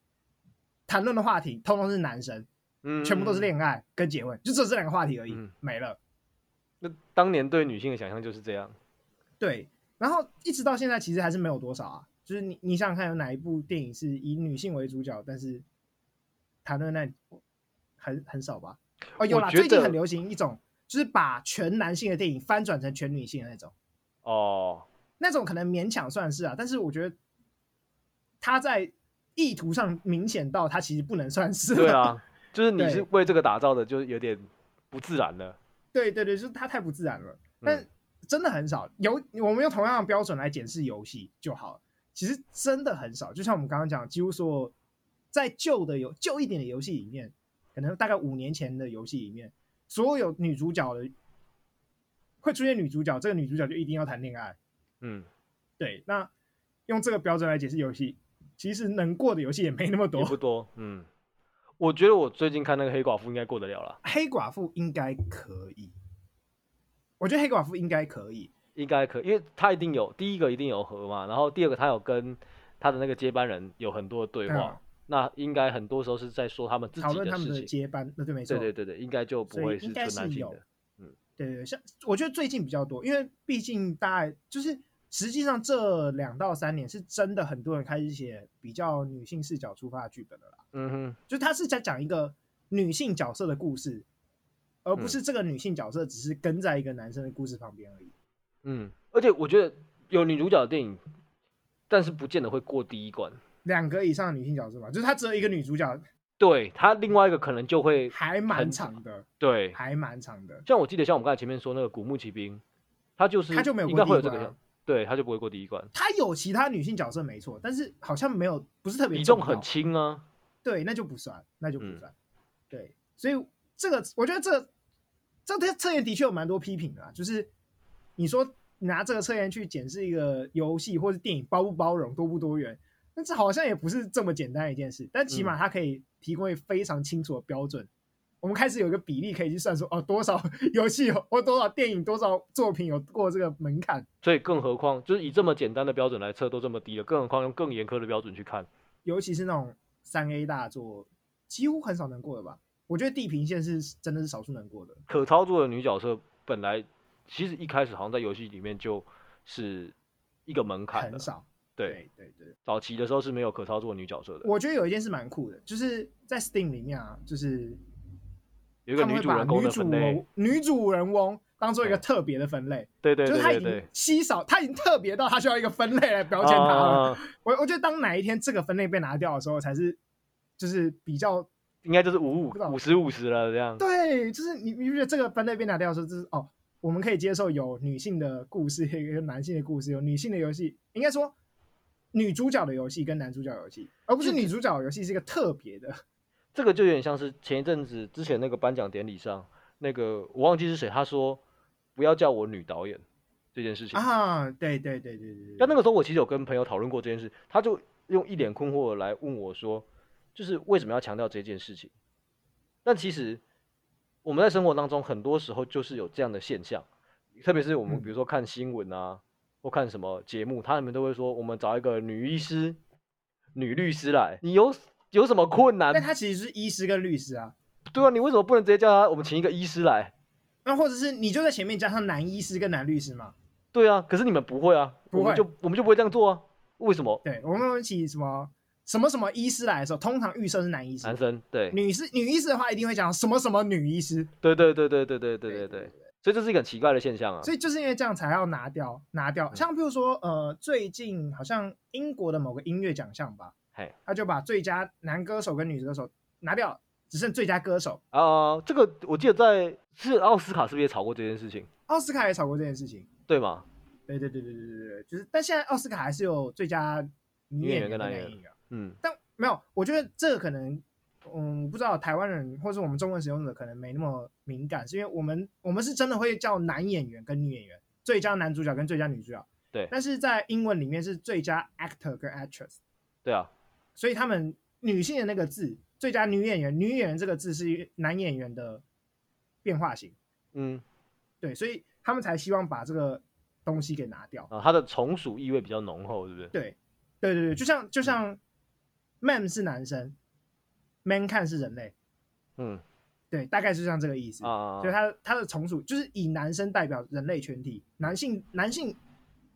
[SPEAKER 2] 谈论的话题，通通是男生，
[SPEAKER 1] 嗯嗯，
[SPEAKER 2] 全部都是
[SPEAKER 1] 嗯。
[SPEAKER 2] 恋爱跟结婚，就只有这两个话题而已，
[SPEAKER 1] 嗯
[SPEAKER 2] 没了。
[SPEAKER 1] 那当年对女性的想象就是这样，
[SPEAKER 2] 对，然后一直到现在其实还是没有多少啊。就是你你想想看，有哪一部电影是以女性为主角，但是谈论那很很少吧？哦，有
[SPEAKER 1] 我
[SPEAKER 2] 啦，
[SPEAKER 1] 觉
[SPEAKER 2] 最近
[SPEAKER 1] 得
[SPEAKER 2] 很流行一种，就是把全男性的电影翻转成全女性的那种。
[SPEAKER 1] 哦，
[SPEAKER 2] 那种可能勉强算是啊，但是我觉得他在意图上明显到他其实不能算 <laughs> 是。
[SPEAKER 1] 对，啊，就是你
[SPEAKER 2] 对
[SPEAKER 1] 是为这个打造的，就有点不自然了。
[SPEAKER 2] 对对对，就是他太不自然了。但
[SPEAKER 1] 嗯
[SPEAKER 2] 真的很少，游我们用同样的标准来检视游戏就好了。其实真的很少，就像我们刚刚讲，几乎所有在旧的游旧一点的游戏里面，可能大概五年前的游戏里面，所有女主角的会出现女主角，这个女主角就一定要谈恋爱。
[SPEAKER 1] 嗯，
[SPEAKER 2] 对，那用这个标准来解释游戏，其实能过的游戏也没那么
[SPEAKER 1] 也不
[SPEAKER 2] 多。
[SPEAKER 1] 多。嗯，我觉得我最近看那个黑寡妇应该过得了啦，
[SPEAKER 2] 黑寡妇应该可以，我觉得黑寡妇应该可以。
[SPEAKER 1] 应该可以，因为她一定有第一个一定有和嘛，然后第二个她有跟她的那个接班人有很多的对话，那应该很多时候是在说他们自
[SPEAKER 2] 嗯讨
[SPEAKER 1] 己
[SPEAKER 2] 论他们的
[SPEAKER 1] 事情。
[SPEAKER 2] 接班，呃那对没错，
[SPEAKER 1] 对对对对，应该就不
[SPEAKER 2] 所
[SPEAKER 1] 会
[SPEAKER 2] 以
[SPEAKER 1] 是纯
[SPEAKER 2] 应该
[SPEAKER 1] 男
[SPEAKER 2] 是
[SPEAKER 1] 性
[SPEAKER 2] 有
[SPEAKER 1] 的。。
[SPEAKER 2] 对对对，像我觉得最近比较多，因为毕竟大概就是实际上这两到三年是真的很多人开始写比较女性视角出发的剧本了啦，
[SPEAKER 1] 嗯哼，
[SPEAKER 2] 就是他是在讲一个女性角色的故事，而不
[SPEAKER 1] 嗯
[SPEAKER 2] 是这个女性角色只是跟在一个男生的故事旁边而已。
[SPEAKER 1] 嗯，而且我觉得有女主角的电影，但是不见得会过第一关。
[SPEAKER 2] 两个以上的女性角色嘛，就是她只有一个女主角，
[SPEAKER 1] 对她另外一个可能就会
[SPEAKER 2] 还蛮
[SPEAKER 1] 很
[SPEAKER 2] 长的，
[SPEAKER 1] 对，
[SPEAKER 2] 还蛮长的，
[SPEAKER 1] 像我记得像我们刚才前面说那个古墓奇兵，他就是
[SPEAKER 2] 她就没有
[SPEAKER 1] 应该
[SPEAKER 2] 过第
[SPEAKER 1] 会
[SPEAKER 2] 一
[SPEAKER 1] 有这
[SPEAKER 2] 关
[SPEAKER 1] 个
[SPEAKER 2] 啊
[SPEAKER 1] 项，。对，他就不会过第一关，
[SPEAKER 2] 她有其他女性角色没错，但是好像没有，不是特别
[SPEAKER 1] 比重
[SPEAKER 2] 重
[SPEAKER 1] 很
[SPEAKER 2] 要
[SPEAKER 1] 轻啊。
[SPEAKER 2] 对，那就不算，那就不
[SPEAKER 1] 嗯
[SPEAKER 2] 算。对，所以这个我觉得这这个测验的确有蛮多批评的啊，就是你说拿这个测验去检视一个游戏或者电影包不包容、多不多元，但这好像也不是这么简单的一件事。但起码它可以提供一个非常清楚的标准。我们开始有一个比例可以去算说，哦，多少 <laughs> 游戏有或多少电影、多少作品有过这个门槛。
[SPEAKER 1] 所以更何况就是以这么简单的标准来测都这么低了，更何况用更严苛的标准去看。
[SPEAKER 2] 尤其是那种三 A 大作，几乎很少能过的吧？我觉得《地平线》是真的是少数能过的。
[SPEAKER 1] 可操作的女角色本来其实一开始好像在游戏里面就是一个门槛的
[SPEAKER 2] 很，少。
[SPEAKER 1] 对，
[SPEAKER 2] 对对
[SPEAKER 1] 早期的时候是没有可操作的女角色的，
[SPEAKER 2] 我觉得有一件事蛮酷的，就是在 Steam 里面啊，就是
[SPEAKER 1] 有一个
[SPEAKER 2] 他们
[SPEAKER 1] 女
[SPEAKER 2] 会
[SPEAKER 1] 主
[SPEAKER 2] 把
[SPEAKER 1] 人公
[SPEAKER 2] 女
[SPEAKER 1] 的
[SPEAKER 2] 主
[SPEAKER 1] 分类，
[SPEAKER 2] 人女主人翁当做一个
[SPEAKER 1] 嗯
[SPEAKER 2] 特别的分类，
[SPEAKER 1] 对对
[SPEAKER 2] 就
[SPEAKER 1] 对
[SPEAKER 2] 是她
[SPEAKER 1] 对
[SPEAKER 2] 已
[SPEAKER 1] 对
[SPEAKER 2] 经，稀少，她已经特别到她需要一个分类来标签她了。
[SPEAKER 1] 啊
[SPEAKER 2] 我我觉得当哪一天这个分类被拿掉的时候，才是就是比较
[SPEAKER 1] 应该就是五五
[SPEAKER 2] 不知道
[SPEAKER 1] 五十五十了这样。
[SPEAKER 2] 对，就是你你不觉得这个分类被拿掉的时候，就是哦，我们可以接受有女性的故事， <laughs> 也有男性的故事，有女性的游戏，应该说女主角的游戏跟男主角游戏，而不是女主角游戏是一个特别的。
[SPEAKER 1] 这个就有点像是前一阵子之前那个颁奖典礼上，那个我忘记是谁，他说不要叫我女导演这件事情。
[SPEAKER 2] 啊，对对对对对，
[SPEAKER 1] 但那
[SPEAKER 2] 个
[SPEAKER 1] 个时候我其实有跟朋友讨论过这件事，他就用一脸困惑来问我说，就是为什么要强调这件事情？但其实我们在生活当中很多时候就是有这样的现象，特别是我们
[SPEAKER 2] 嗯
[SPEAKER 1] 比如说看新闻啊，或看什么节目，他们都会说我们找一个女医师、女律师来，你有有什么困难
[SPEAKER 2] 但他其实是医师跟律师啊，
[SPEAKER 1] 对啊，你为什么不能直接叫他？我们请一个医师来。
[SPEAKER 2] 那或者是你就在前面加上男医师跟男律师嘛？
[SPEAKER 1] 对啊，可是你们不会啊，
[SPEAKER 2] 不
[SPEAKER 1] 我们
[SPEAKER 2] 会
[SPEAKER 1] 就我们就不会这样做啊。为什么？
[SPEAKER 2] 对，我们一起什么什么什么医师来的时候，通常预设是男医师
[SPEAKER 1] 男，生对，
[SPEAKER 2] 女师女医师的话一定会讲什么什么女医师，
[SPEAKER 1] 对对对对对对对对
[SPEAKER 2] 对
[SPEAKER 1] 对，所以这是一个很奇怪的现象啊。嗯
[SPEAKER 2] 所以就是因为这样才要拿掉拿掉。像比如说呃，最近好像英国的某个音乐奖项吧
[SPEAKER 1] 嘿，
[SPEAKER 2] 他就把最佳男歌手跟女歌手拿掉了，只剩最佳歌手。
[SPEAKER 1] 啊、这个我记得在是奥斯卡是不是也吵过这件事情，
[SPEAKER 2] 奥斯卡也吵过这件事情。
[SPEAKER 1] 对吗？
[SPEAKER 2] 对对对对对对对，就是，但现在奥斯卡还是有最佳女演员跟男演员，
[SPEAKER 1] 嗯，
[SPEAKER 2] 但没有，我觉得这个可能，嗯，不知道台湾人或是我们中文使用者可能没那么敏感，是因为我们我们是真的会叫男演员跟女演员，最佳男主角跟最佳女主角，
[SPEAKER 1] 对
[SPEAKER 2] 但是在英文里面是最佳 actor 跟 actress，
[SPEAKER 1] 对啊，
[SPEAKER 2] 所以他们女性的那个字，最佳女演员，女演员这个字是男演员的变化型，
[SPEAKER 1] 嗯
[SPEAKER 2] 对，所以他们才希望把这个东西给拿掉。
[SPEAKER 1] 啊，它的从属意味比较浓厚，是不是？
[SPEAKER 2] 对，对对对，就像
[SPEAKER 1] 嗯
[SPEAKER 2] 就像 man 是男生，man 看是人类，
[SPEAKER 1] 嗯
[SPEAKER 2] 对，大概是像这个意思。
[SPEAKER 1] 啊啊，
[SPEAKER 2] 所以它它的从属就是以男生代表人类全体，男性男性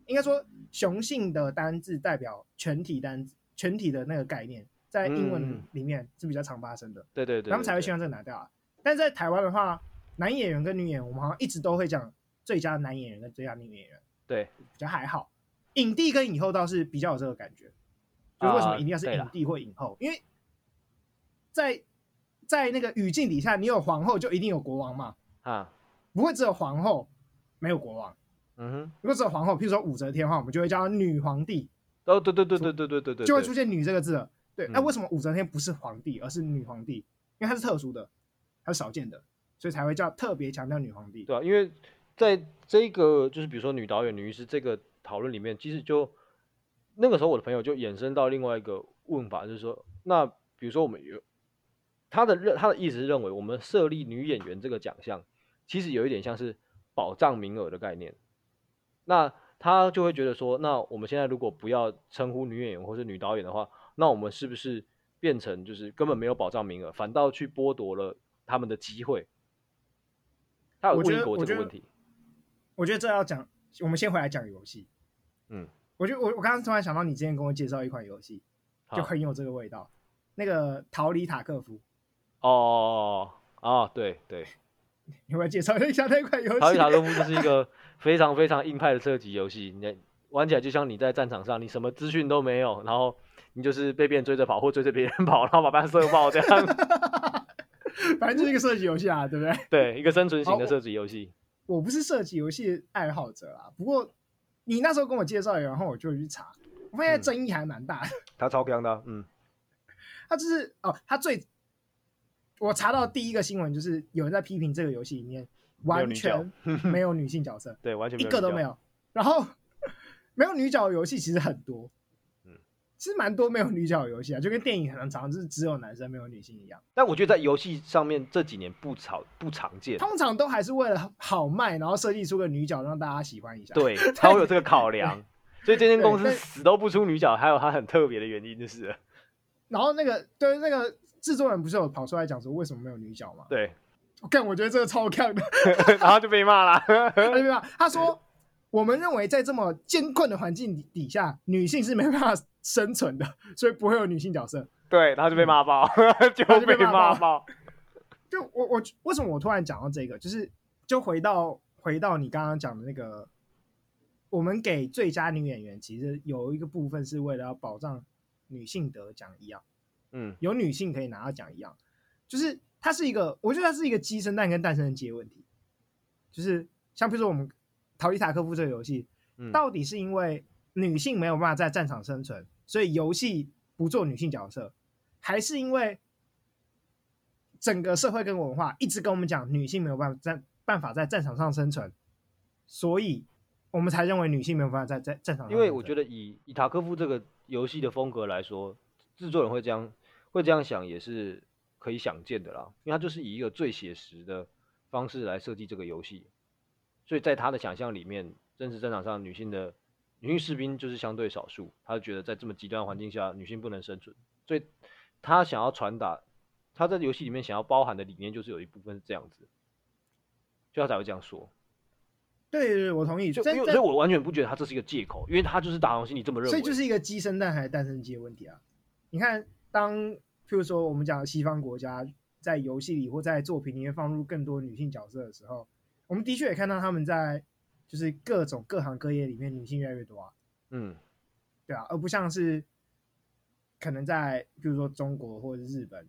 [SPEAKER 2] 应该说雄性的单字代表全体单字全体的那个概念，在英
[SPEAKER 1] 嗯嗯
[SPEAKER 2] 文
[SPEAKER 1] 嗯
[SPEAKER 2] 里面是比较常发生的，
[SPEAKER 1] 对对对，
[SPEAKER 2] 他们才会
[SPEAKER 1] 对
[SPEAKER 2] 希望这个拿掉啊。但在台湾的话，男演员跟女演员，我们好像一直都会讲最佳男演员跟最佳女演员，
[SPEAKER 1] 对
[SPEAKER 2] 比较还好。影帝跟影后倒是比较有这个感觉，就是为什么一定要是
[SPEAKER 3] 啊对啦
[SPEAKER 2] 影帝或影后？因为在在那个语境底下，你有皇后就一定有国王嘛，
[SPEAKER 3] 啊，
[SPEAKER 2] 不会只有皇后没有国王。
[SPEAKER 3] 嗯哼，
[SPEAKER 2] 如果只有皇后，譬如说武则天的话，我们就会叫她女皇帝，
[SPEAKER 1] 哦，对对对对对对对对，
[SPEAKER 2] 就会
[SPEAKER 1] 对
[SPEAKER 2] 出现“女”这个字了。对，那、
[SPEAKER 3] 嗯
[SPEAKER 2] 为什么武则天不是皇帝，而是女皇帝？因为她是特殊的，她是少见的，所以才会叫特别强调女皇帝。
[SPEAKER 1] 对啊，因为在这个就是比如说女导演、女医师这个讨论里面，其实就那个时候我的朋友就衍生到另外一个问法，就是说，那比如说我们有他的认他的意思是认为我们设立女演员这个奖项，其实有一点像是保障名额的概念。那他就会觉得说，那我们现在如果不要称呼女演员或是女导演的话，那我们是不是变成就是根本没有保障名额，反倒去剥夺了他们的机会？他有
[SPEAKER 2] 我觉
[SPEAKER 1] 问
[SPEAKER 2] 得
[SPEAKER 1] 过
[SPEAKER 2] 我
[SPEAKER 1] 我这
[SPEAKER 2] 觉
[SPEAKER 1] 个问
[SPEAKER 2] 得
[SPEAKER 1] 题，
[SPEAKER 2] 我觉得这要讲，我们先回来讲游戏。
[SPEAKER 1] 嗯，
[SPEAKER 2] 我觉得我我刚刚突然想到，你之前跟我介绍一款游戏，就
[SPEAKER 1] 好
[SPEAKER 2] 很有这个味道，那个《逃离塔克夫》，
[SPEAKER 1] 哦哦，对对，
[SPEAKER 2] 你会介绍一下那款游
[SPEAKER 1] 《塔
[SPEAKER 2] 戏
[SPEAKER 1] 与？塔科夫》就是一个非常非常硬派的射击游戏，你玩起来就像你在战场上，你什么资讯都没有，然后你就是被别人追着跑，或追着别人跑，然后把别人射爆这样。
[SPEAKER 2] <laughs> 反正就是一个射击游戏啊，对不对？
[SPEAKER 1] 对，一个生存型
[SPEAKER 2] 好
[SPEAKER 1] 的射击游戏。
[SPEAKER 2] 我不是射击游戏爱好者啦，不过你那时候跟我介绍，然后我就去查，我发现
[SPEAKER 1] 嗯
[SPEAKER 2] 争议还蛮大的。 <laughs>
[SPEAKER 1] 他超强的，嗯，
[SPEAKER 2] 它就是哦，它最我查到第一个新闻就是有人在批评这个游戏里面
[SPEAKER 1] 没有
[SPEAKER 2] 完
[SPEAKER 1] 女角
[SPEAKER 2] 全没有女性角色，
[SPEAKER 1] 对，完全
[SPEAKER 2] 一个都没。有。然后 <laughs> 没有女角的游戏其实很多，
[SPEAKER 1] 嗯
[SPEAKER 2] 其实蛮多没有女角的游戏啊，就跟电影很常就是只有男生没有女性一样，
[SPEAKER 1] 但我觉得在游戏上面这几年不常不常见，
[SPEAKER 2] 通常都还是为了好卖，然后设计出个女角让大家喜欢一下。，
[SPEAKER 1] 对，他会有这个考量。所以这间公司
[SPEAKER 2] 对
[SPEAKER 1] 死都不出女角，还有它很特别的原因就是了，
[SPEAKER 2] 然后那个对那个制作人不是有跑出来讲说为什么没有女角吗？
[SPEAKER 1] 对， <laughs>
[SPEAKER 2] 我干，我觉得这个超看的，
[SPEAKER 1] 然后就被骂了。 <laughs>
[SPEAKER 2] 他就没办法他说。我们认为，在这么艰困的环境底底下，女性是没办法生存的，所以不会有女性角色。
[SPEAKER 1] 对，然后就被骂爆， <laughs> 就
[SPEAKER 2] 然后就被
[SPEAKER 1] 被
[SPEAKER 2] 骂
[SPEAKER 1] 骂爆。
[SPEAKER 2] 就我我为什么我突然讲到这个，就是就回到回到你刚刚讲的那个，我们给最佳女演员其实有一个部分是为了要保障女性得奖一样，
[SPEAKER 1] 嗯
[SPEAKER 2] 有女性可以拿到奖一样，就是它是一个，我觉得它是一个鸡生蛋跟蛋生的鸡的问题，就是像比如说我们《逃离塔科夫》这个游戏，
[SPEAKER 1] 嗯，
[SPEAKER 2] 到底是因为女性没有办法在战场生存，所以游戏不做女性角色，还是因为整个社会跟文化一直跟我们讲女性没有办法在办法在战场上生存，所以我们才认为女性没有办法在在战场上
[SPEAKER 1] 因为我觉
[SPEAKER 2] 得
[SPEAKER 1] 得以以塔科夫这个游戏的风格来说，制作人会这样会这样想也是可以想见的啦，因为他就是以一个最写实的方式来设计这个游戏，所以在他的想象里面，真实战场上女性的女性士兵就是相对少数，他就觉得在这么极端的环境下，女性不能生存，所以他想要传达他在游戏里面想要包含的理念，就是有一部分是这样子，所以他才会这样说。
[SPEAKER 2] 对对对，我同意，
[SPEAKER 1] 就
[SPEAKER 2] 在
[SPEAKER 1] 因为
[SPEAKER 2] 在
[SPEAKER 1] 所以，我完全不觉得他这是一个借口，因为他就是打从心里这么认为。
[SPEAKER 2] 所以就是一个鸡生蛋还是蛋生鸡的问题啊。你看，当譬如说我们讲西方国家在游戏里或在作品里面放入更多女性角色的时候，我们的确也看到他们在就是各种各行各业里面女性越来越多啊，
[SPEAKER 1] 嗯，
[SPEAKER 2] 对啊，而不像是可能在比如说中国或者日本，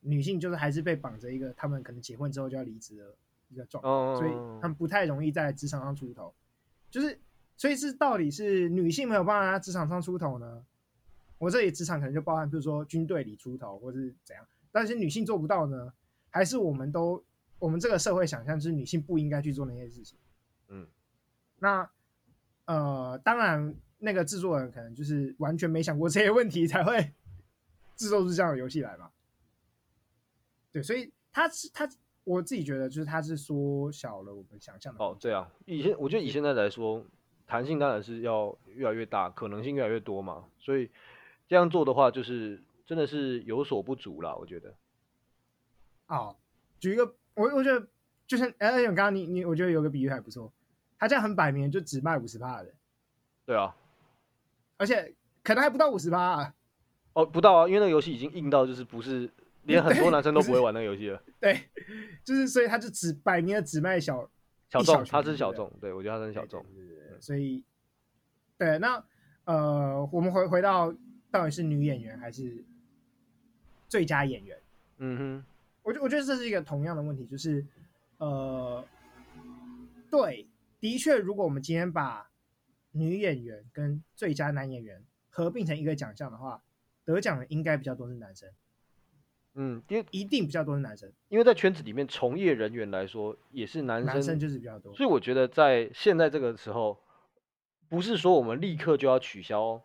[SPEAKER 2] 女性就是还是被绑着一个他们可能结婚之后就要离职的一个状态。
[SPEAKER 1] 哦，
[SPEAKER 2] 所以他们不太容易在职场上出头。就是，所以是到底是女性没有办法在职场上出头呢？我这里职场可能就包含，比如说军队里出头，或是怎样，但是女性做不到呢？还是我们都我们这个社会想象就是女性不应该去做那些事情？
[SPEAKER 1] 嗯，
[SPEAKER 2] 那呃，当然那个制作人可能就是完全没想过这些问题，才会 <laughs> 制作出这样的游戏来嘛。对，所以他是他，我自己觉得就是他是缩小了我们想象的
[SPEAKER 1] 哦，对啊，以前我觉得以现在来说，弹性当然是要越来越大，可能性越来越多嘛，所以这样做的话，就是真的是有所不足啦，我觉得。
[SPEAKER 2] 哦，举一个，我我觉得就像哎，而且我刚刚你你，我觉得有个比喻还不错，他这样很摆明就只卖五十趴的人，
[SPEAKER 1] 对啊，
[SPEAKER 2] 而且可能还不到五十趴，啊、
[SPEAKER 1] 哦，不到啊，因为那个游戏已经硬到就是不是连很多男生都不会玩那个游戏
[SPEAKER 2] <laughs>
[SPEAKER 1] 了，
[SPEAKER 2] 对，就是所以他就只摆明了只卖小
[SPEAKER 1] 小
[SPEAKER 2] 一小
[SPEAKER 1] 众，他
[SPEAKER 2] 群
[SPEAKER 1] 是小
[SPEAKER 2] 对不
[SPEAKER 1] 众，对我觉得他是小众，
[SPEAKER 2] 对对对对所以对，那呃，我们回回到到底是女演员还是最佳演员？
[SPEAKER 1] 嗯
[SPEAKER 2] 我觉我觉得这是一个同样的问题，就是呃，对，的确，如果我们今天把女演员跟最佳男演员合并成一个奖项的话，得奖的应该比较多是男生，
[SPEAKER 1] 哼，嗯，因为
[SPEAKER 2] 一定比较多是男生，
[SPEAKER 1] 因为在圈子里面，从业人员来说也是男
[SPEAKER 2] 男
[SPEAKER 1] 生
[SPEAKER 2] 生就是比较多。
[SPEAKER 1] 所以我觉得在现在这个时候，不是说我们立刻就要取消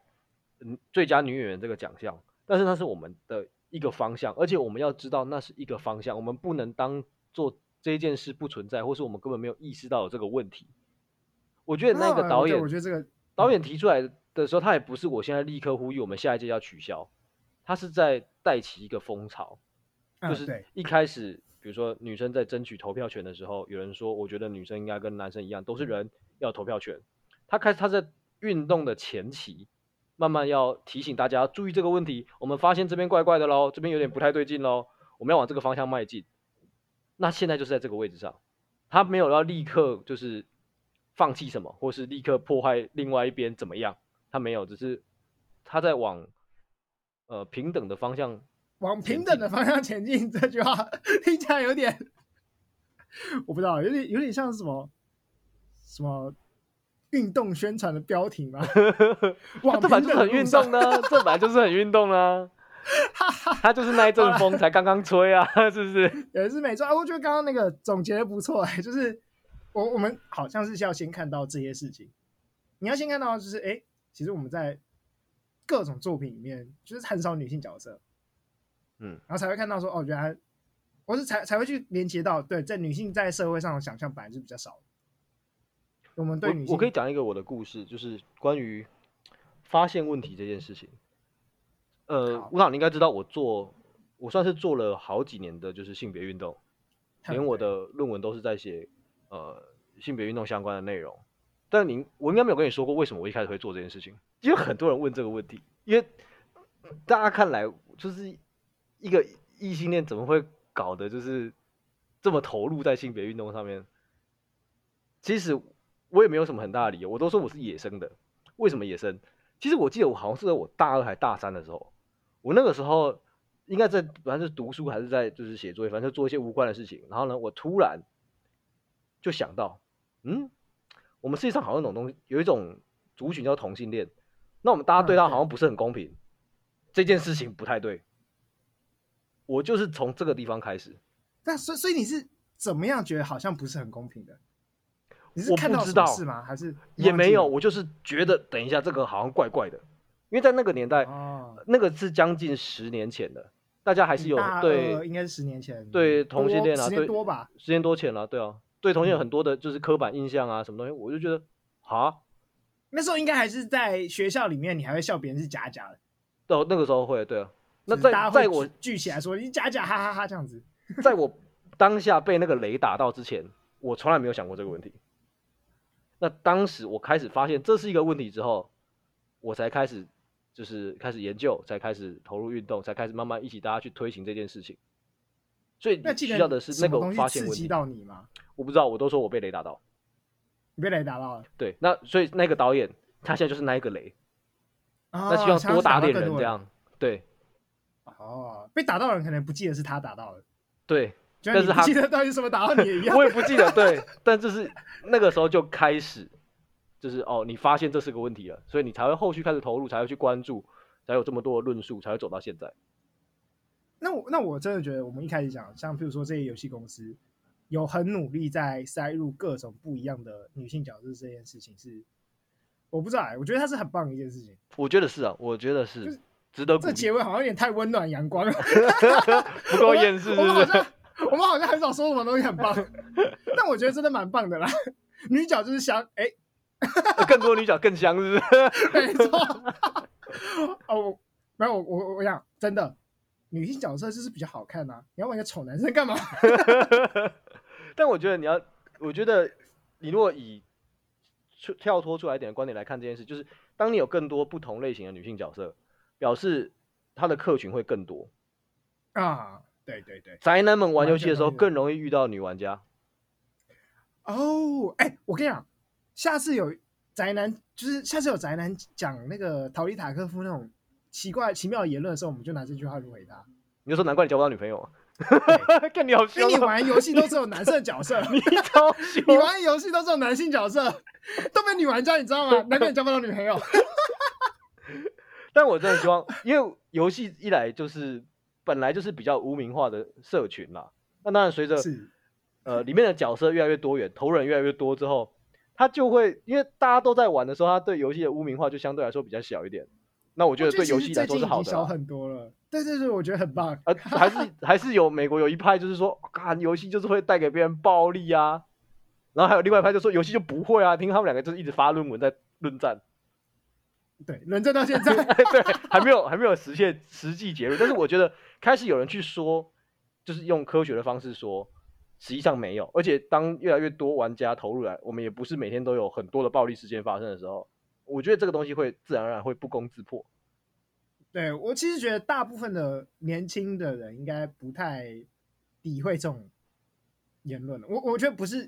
[SPEAKER 1] 嗯最佳女演员这个奖项，但是它是我们的一个方向，而且我们要知道那是一个方向，我们不能当做这件事不存在，或是我们根本没有意识到有这个问题。我觉得那个
[SPEAKER 2] 啊
[SPEAKER 1] 导
[SPEAKER 2] 对
[SPEAKER 1] 演
[SPEAKER 2] 我觉得这个
[SPEAKER 1] 导演提出来的时候，他也不是我现在立刻呼吁我们下一届要取消，他是在带起一个风潮，
[SPEAKER 2] 啊
[SPEAKER 1] 就
[SPEAKER 2] 对
[SPEAKER 1] 是一开始，比如说女生在争取投票权的时候，有人说我觉得女生应该跟男生一样，都是人要有投票权。他开始他在运动的前期，慢慢要提醒大家注意这个问题，我们发现这边怪怪的喽，这边有点不太对劲喽，我们要往这个方向迈进。那现在就是在这个位置上，他没有要立刻就是放弃什么，或是立刻破坏另外一边怎么样，他没有，只是他在往呃平等的方向
[SPEAKER 2] 往平等的方向前进这句话 <laughs> 听起来有点，我不知道，有点有点像是什么什么运动宣传的标题
[SPEAKER 1] <laughs>
[SPEAKER 2] 吗？
[SPEAKER 1] 他
[SPEAKER 2] 往
[SPEAKER 1] 这本来
[SPEAKER 2] 平
[SPEAKER 1] 就是
[SPEAKER 2] 等的
[SPEAKER 1] 很
[SPEAKER 2] 哦路
[SPEAKER 1] 运
[SPEAKER 2] 上
[SPEAKER 1] 动呢，这本来就是很运动
[SPEAKER 2] <laughs>
[SPEAKER 1] 呢。他就是那一阵风才刚刚吹啊，是不是？
[SPEAKER 2] 也是没错。啊我觉得刚刚那个总结的不错、哎，就是我我们好像是要先看到这些事情，你要先看到就是哎、其实我们在各种作品里面就是很少女性角色，
[SPEAKER 1] 嗯，
[SPEAKER 2] 然后才会看到说哦，原来我是才才会去连接到对，在女性在社会上的想象本来是比较少的。我们对女
[SPEAKER 1] 我
[SPEAKER 2] 性
[SPEAKER 1] 我可以讲一个我的故事，就是关于发现问题这件事情。呃
[SPEAKER 2] 好，
[SPEAKER 1] 吴导，你应该知道我做，我算是做了好几年的，就是性别运动，连我的论文都是在写呃性别运动相关的内容。但您，我应该没有跟你说过为什么我一开始会做这件事情，因为很多人问这个问题，因为大家看来就是一个异性恋怎么会搞的，就是这么投入在性别运动上面。其实我也没有什么很大的理由，我都说我是野生的。为什么野生？其实我记得我好像是在我大二还大三的时候，我那个时候应该在反正是读书还是在就是写作业，反正就做一些无关的事情。然后呢，我突然就想到，嗯，我们世界上好像有种东西，有一种族群叫同性恋，那我们大家对
[SPEAKER 2] 嗯
[SPEAKER 1] 他
[SPEAKER 2] 对
[SPEAKER 1] 好像不是很公平，这件事情不太对。我就是从这个地方开始，
[SPEAKER 2] 那所以所以你是怎么样觉得好像不是很公平的？你是
[SPEAKER 1] 我
[SPEAKER 2] 看
[SPEAKER 1] 不
[SPEAKER 2] 到
[SPEAKER 1] 知
[SPEAKER 2] 什么
[SPEAKER 1] 道
[SPEAKER 2] 事吗？还是你
[SPEAKER 1] 也
[SPEAKER 2] 忘
[SPEAKER 1] 没
[SPEAKER 2] 记
[SPEAKER 1] 有，
[SPEAKER 2] 了
[SPEAKER 1] 我就是觉得等一下这个好像怪怪的，因为在那个年代，
[SPEAKER 2] 哦，
[SPEAKER 1] 那个是将近十年前的，大家还是
[SPEAKER 2] 你
[SPEAKER 1] 有
[SPEAKER 2] 大二
[SPEAKER 1] 对
[SPEAKER 2] 应该是十年前
[SPEAKER 1] 对同性
[SPEAKER 2] 多
[SPEAKER 1] 恋啊，
[SPEAKER 2] 十
[SPEAKER 1] 对
[SPEAKER 2] 年多吧，
[SPEAKER 1] 十年多前了、对啊，对同性恋
[SPEAKER 2] 嗯
[SPEAKER 1] 很多的就是刻板印象啊，什么东西，我就觉得啊，
[SPEAKER 2] 那时候应该还是在学校里面，你还会笑别人是假假的。
[SPEAKER 1] 到那个时候会对啊，那
[SPEAKER 2] 就是
[SPEAKER 1] 在
[SPEAKER 2] 大家会
[SPEAKER 1] 在我
[SPEAKER 2] <laughs> 聚聚起来说你假假哈哈哈这样子，
[SPEAKER 1] 在我当下被那个雷打到之前，我从来没有想过这个问题。那当时我开始发现这是一个问题之后，我才开始就是开始研究，才开始投入运动，才开始慢慢一起大家去推行这件事情。所以
[SPEAKER 2] 那
[SPEAKER 1] 需
[SPEAKER 2] 记
[SPEAKER 1] 要的
[SPEAKER 2] 得
[SPEAKER 1] 是
[SPEAKER 2] 什
[SPEAKER 1] 那
[SPEAKER 2] 么
[SPEAKER 1] 个
[SPEAKER 2] 东西
[SPEAKER 1] 发现
[SPEAKER 2] 刺
[SPEAKER 1] 问
[SPEAKER 2] 激
[SPEAKER 1] 题。
[SPEAKER 2] 到你吗？
[SPEAKER 1] 我不知道，我都说我被雷打到。
[SPEAKER 2] 你被雷打到了，
[SPEAKER 1] 对，那所以那个导演他现在就是那一个雷，
[SPEAKER 2] 那
[SPEAKER 1] 那希
[SPEAKER 2] 啊
[SPEAKER 1] 望多打点人这。样。对
[SPEAKER 2] 哦，被打到的人可能不记得是他打到的，
[SPEAKER 1] 对，
[SPEAKER 2] 就
[SPEAKER 1] 但
[SPEAKER 2] 你
[SPEAKER 1] 是
[SPEAKER 2] 不
[SPEAKER 1] 他
[SPEAKER 2] 记得到底是什
[SPEAKER 1] <laughs>
[SPEAKER 2] 么打到你一样。
[SPEAKER 1] 我也不记得，对，但就是那个时候就开始，就是哦，你发现这是个问题了，所以你才会后续开始投入，才会去关注，才有这么多的论述，才会走到现在。
[SPEAKER 2] 那我那我真的觉得，我们一开始讲，像比如说这些游戏公司，有很努力在塞入各种不一样的女性角色这件事情是，我不知道、欸，我觉得它是很棒的一件事情。
[SPEAKER 1] 我觉得是啊，我觉得是值得鼓
[SPEAKER 2] 这结
[SPEAKER 1] 励，
[SPEAKER 2] 尾好像有点太温暖阳光
[SPEAKER 1] <laughs>
[SPEAKER 2] 了，
[SPEAKER 1] 不够厌世是
[SPEAKER 2] 我们
[SPEAKER 1] 不
[SPEAKER 2] 好
[SPEAKER 1] 是
[SPEAKER 2] 像？我们好像很少说什么东西很棒， <laughs> 但我觉得真的蛮棒的啦。 <laughs> 女角就是香，哎、
[SPEAKER 1] <laughs> 更多女角更香是不是？
[SPEAKER 2] 没错。 <laughs> 哦，我没有，我我我想真的，女性角色就是比较好看呐、你要玩一个丑男生干嘛？ <laughs>
[SPEAKER 1] <laughs> 但我觉得你要，我觉得你如果以出跳脱出来一点的观点来看这件事，就是当你有更多不同类型的女性角色，表示她的客群会更多，
[SPEAKER 2] 啊，对对对。
[SPEAKER 1] 宅男们玩
[SPEAKER 2] 完
[SPEAKER 1] 游戏
[SPEAKER 2] 全
[SPEAKER 1] 的时候
[SPEAKER 2] 同意
[SPEAKER 1] 更容易遇到女玩家。
[SPEAKER 2] 哦，哎，我跟你讲，下次有宅男，就是下次有宅男讲那个逃离塔科夫那种奇怪奇妙的言论的时候，我们就拿这句话去回 <laughs> 答。
[SPEAKER 1] 你就说难怪你交不到女朋 <laughs> 友啊，
[SPEAKER 2] 对
[SPEAKER 1] 干你好
[SPEAKER 2] 因
[SPEAKER 1] 凶
[SPEAKER 2] 为你
[SPEAKER 1] 啊！
[SPEAKER 2] 玩游戏都只有男生的角色，
[SPEAKER 1] <laughs> 你超凶！
[SPEAKER 2] 你玩游戏都是有男性角色，都被女玩家你知道吗？难怪你交不到女朋友。
[SPEAKER 1] <laughs> 但我真的希望，因为游戏一来就是本来就是比较污名化的社群啦。那当然，随着
[SPEAKER 2] 是，
[SPEAKER 1] 呃里面的角色越来越多元，头人越来越多之后，他就会因为大家都在玩的时候，他对游戏的污名化就相对来说比较小一点。那我觉得对游戏来说是好
[SPEAKER 2] 我觉得其实最近已经
[SPEAKER 1] 的
[SPEAKER 2] 小
[SPEAKER 1] 啦。
[SPEAKER 2] 很多了。对对对，我觉得很棒。
[SPEAKER 1] 呃，还是还是有美国有一派就是说，看游戏就是会带给别人暴力啊，然后还有另外一派就说游戏就不会啊，听他们两个就是一直发论文在论战，，
[SPEAKER 2] 对，轮战到现在
[SPEAKER 1] <laughs> 对，还没有还没有实现实际结论，但是我觉得开始有人去说，就是用科学的方式说，实际上没有，而且当越来越多玩家投入来，我们也不是每天都有很多的暴力事件发生的时候，我觉得这个东西会自然而然会不攻自破。
[SPEAKER 2] 对我其实觉得大部分的年轻的人应该不太理会这种言论了。我我觉得不是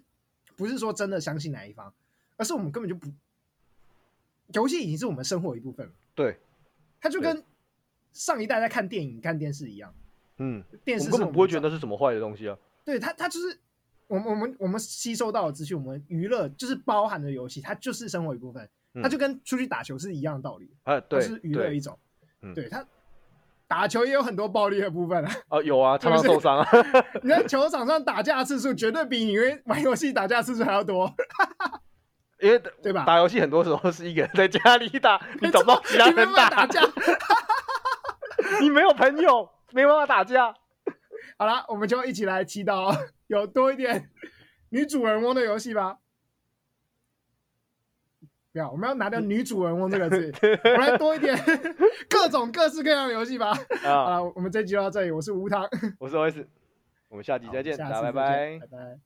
[SPEAKER 2] 不是说真的相信哪一方，而是我们根本就不，游戏已经是我们生活一部分了。
[SPEAKER 1] 对，
[SPEAKER 2] 它就跟上一代在看电影、看电视一样，
[SPEAKER 1] 嗯，我
[SPEAKER 2] 电视
[SPEAKER 1] 们
[SPEAKER 2] 是
[SPEAKER 1] 根本不会觉
[SPEAKER 2] 们
[SPEAKER 1] 得那是什么坏的东西啊。
[SPEAKER 2] 对它，它就是我们我们我们吸收到的资讯，我们娱乐就是包含的游戏，它就是生活一部分，
[SPEAKER 1] 嗯
[SPEAKER 2] 它就跟出去打球是一样的道理，
[SPEAKER 1] 啊，
[SPEAKER 2] 它
[SPEAKER 1] 对，
[SPEAKER 2] 是娱乐
[SPEAKER 1] 对
[SPEAKER 2] 一种
[SPEAKER 1] 嗯。
[SPEAKER 2] 对它打球也有很多暴力的部分啊， <laughs>
[SPEAKER 1] 啊，有啊，常常
[SPEAKER 2] 是不是
[SPEAKER 1] 受伤啊。
[SPEAKER 2] 你在球场上打架的次数绝对比你玩游戏打架的次数还要多，
[SPEAKER 1] 因为
[SPEAKER 2] 对吧哎
[SPEAKER 1] 打游戏很多时候是一个人在家里 <laughs> 打，你找不到其他
[SPEAKER 2] 你没
[SPEAKER 1] 人
[SPEAKER 2] 办法打架。
[SPEAKER 1] 你没有朋友，没办法打架。
[SPEAKER 2] 好啦，我们就一起来祈祷哦 <laughs> 有多一点女主人翁的游戏吧。不要，我们要拿掉“女主人翁”这
[SPEAKER 1] <laughs>
[SPEAKER 2] 个字，我们来多一点 <laughs> 各种各式各样的游戏吧。好
[SPEAKER 1] 啊，
[SPEAKER 2] 了，我们这集就到这里，我是吴糖，
[SPEAKER 1] 我是 OS，我们下集再见，
[SPEAKER 2] 好
[SPEAKER 1] 大
[SPEAKER 2] 下
[SPEAKER 1] 家
[SPEAKER 2] 次
[SPEAKER 1] 拜
[SPEAKER 2] 再见
[SPEAKER 1] 拜
[SPEAKER 2] 拜。拜。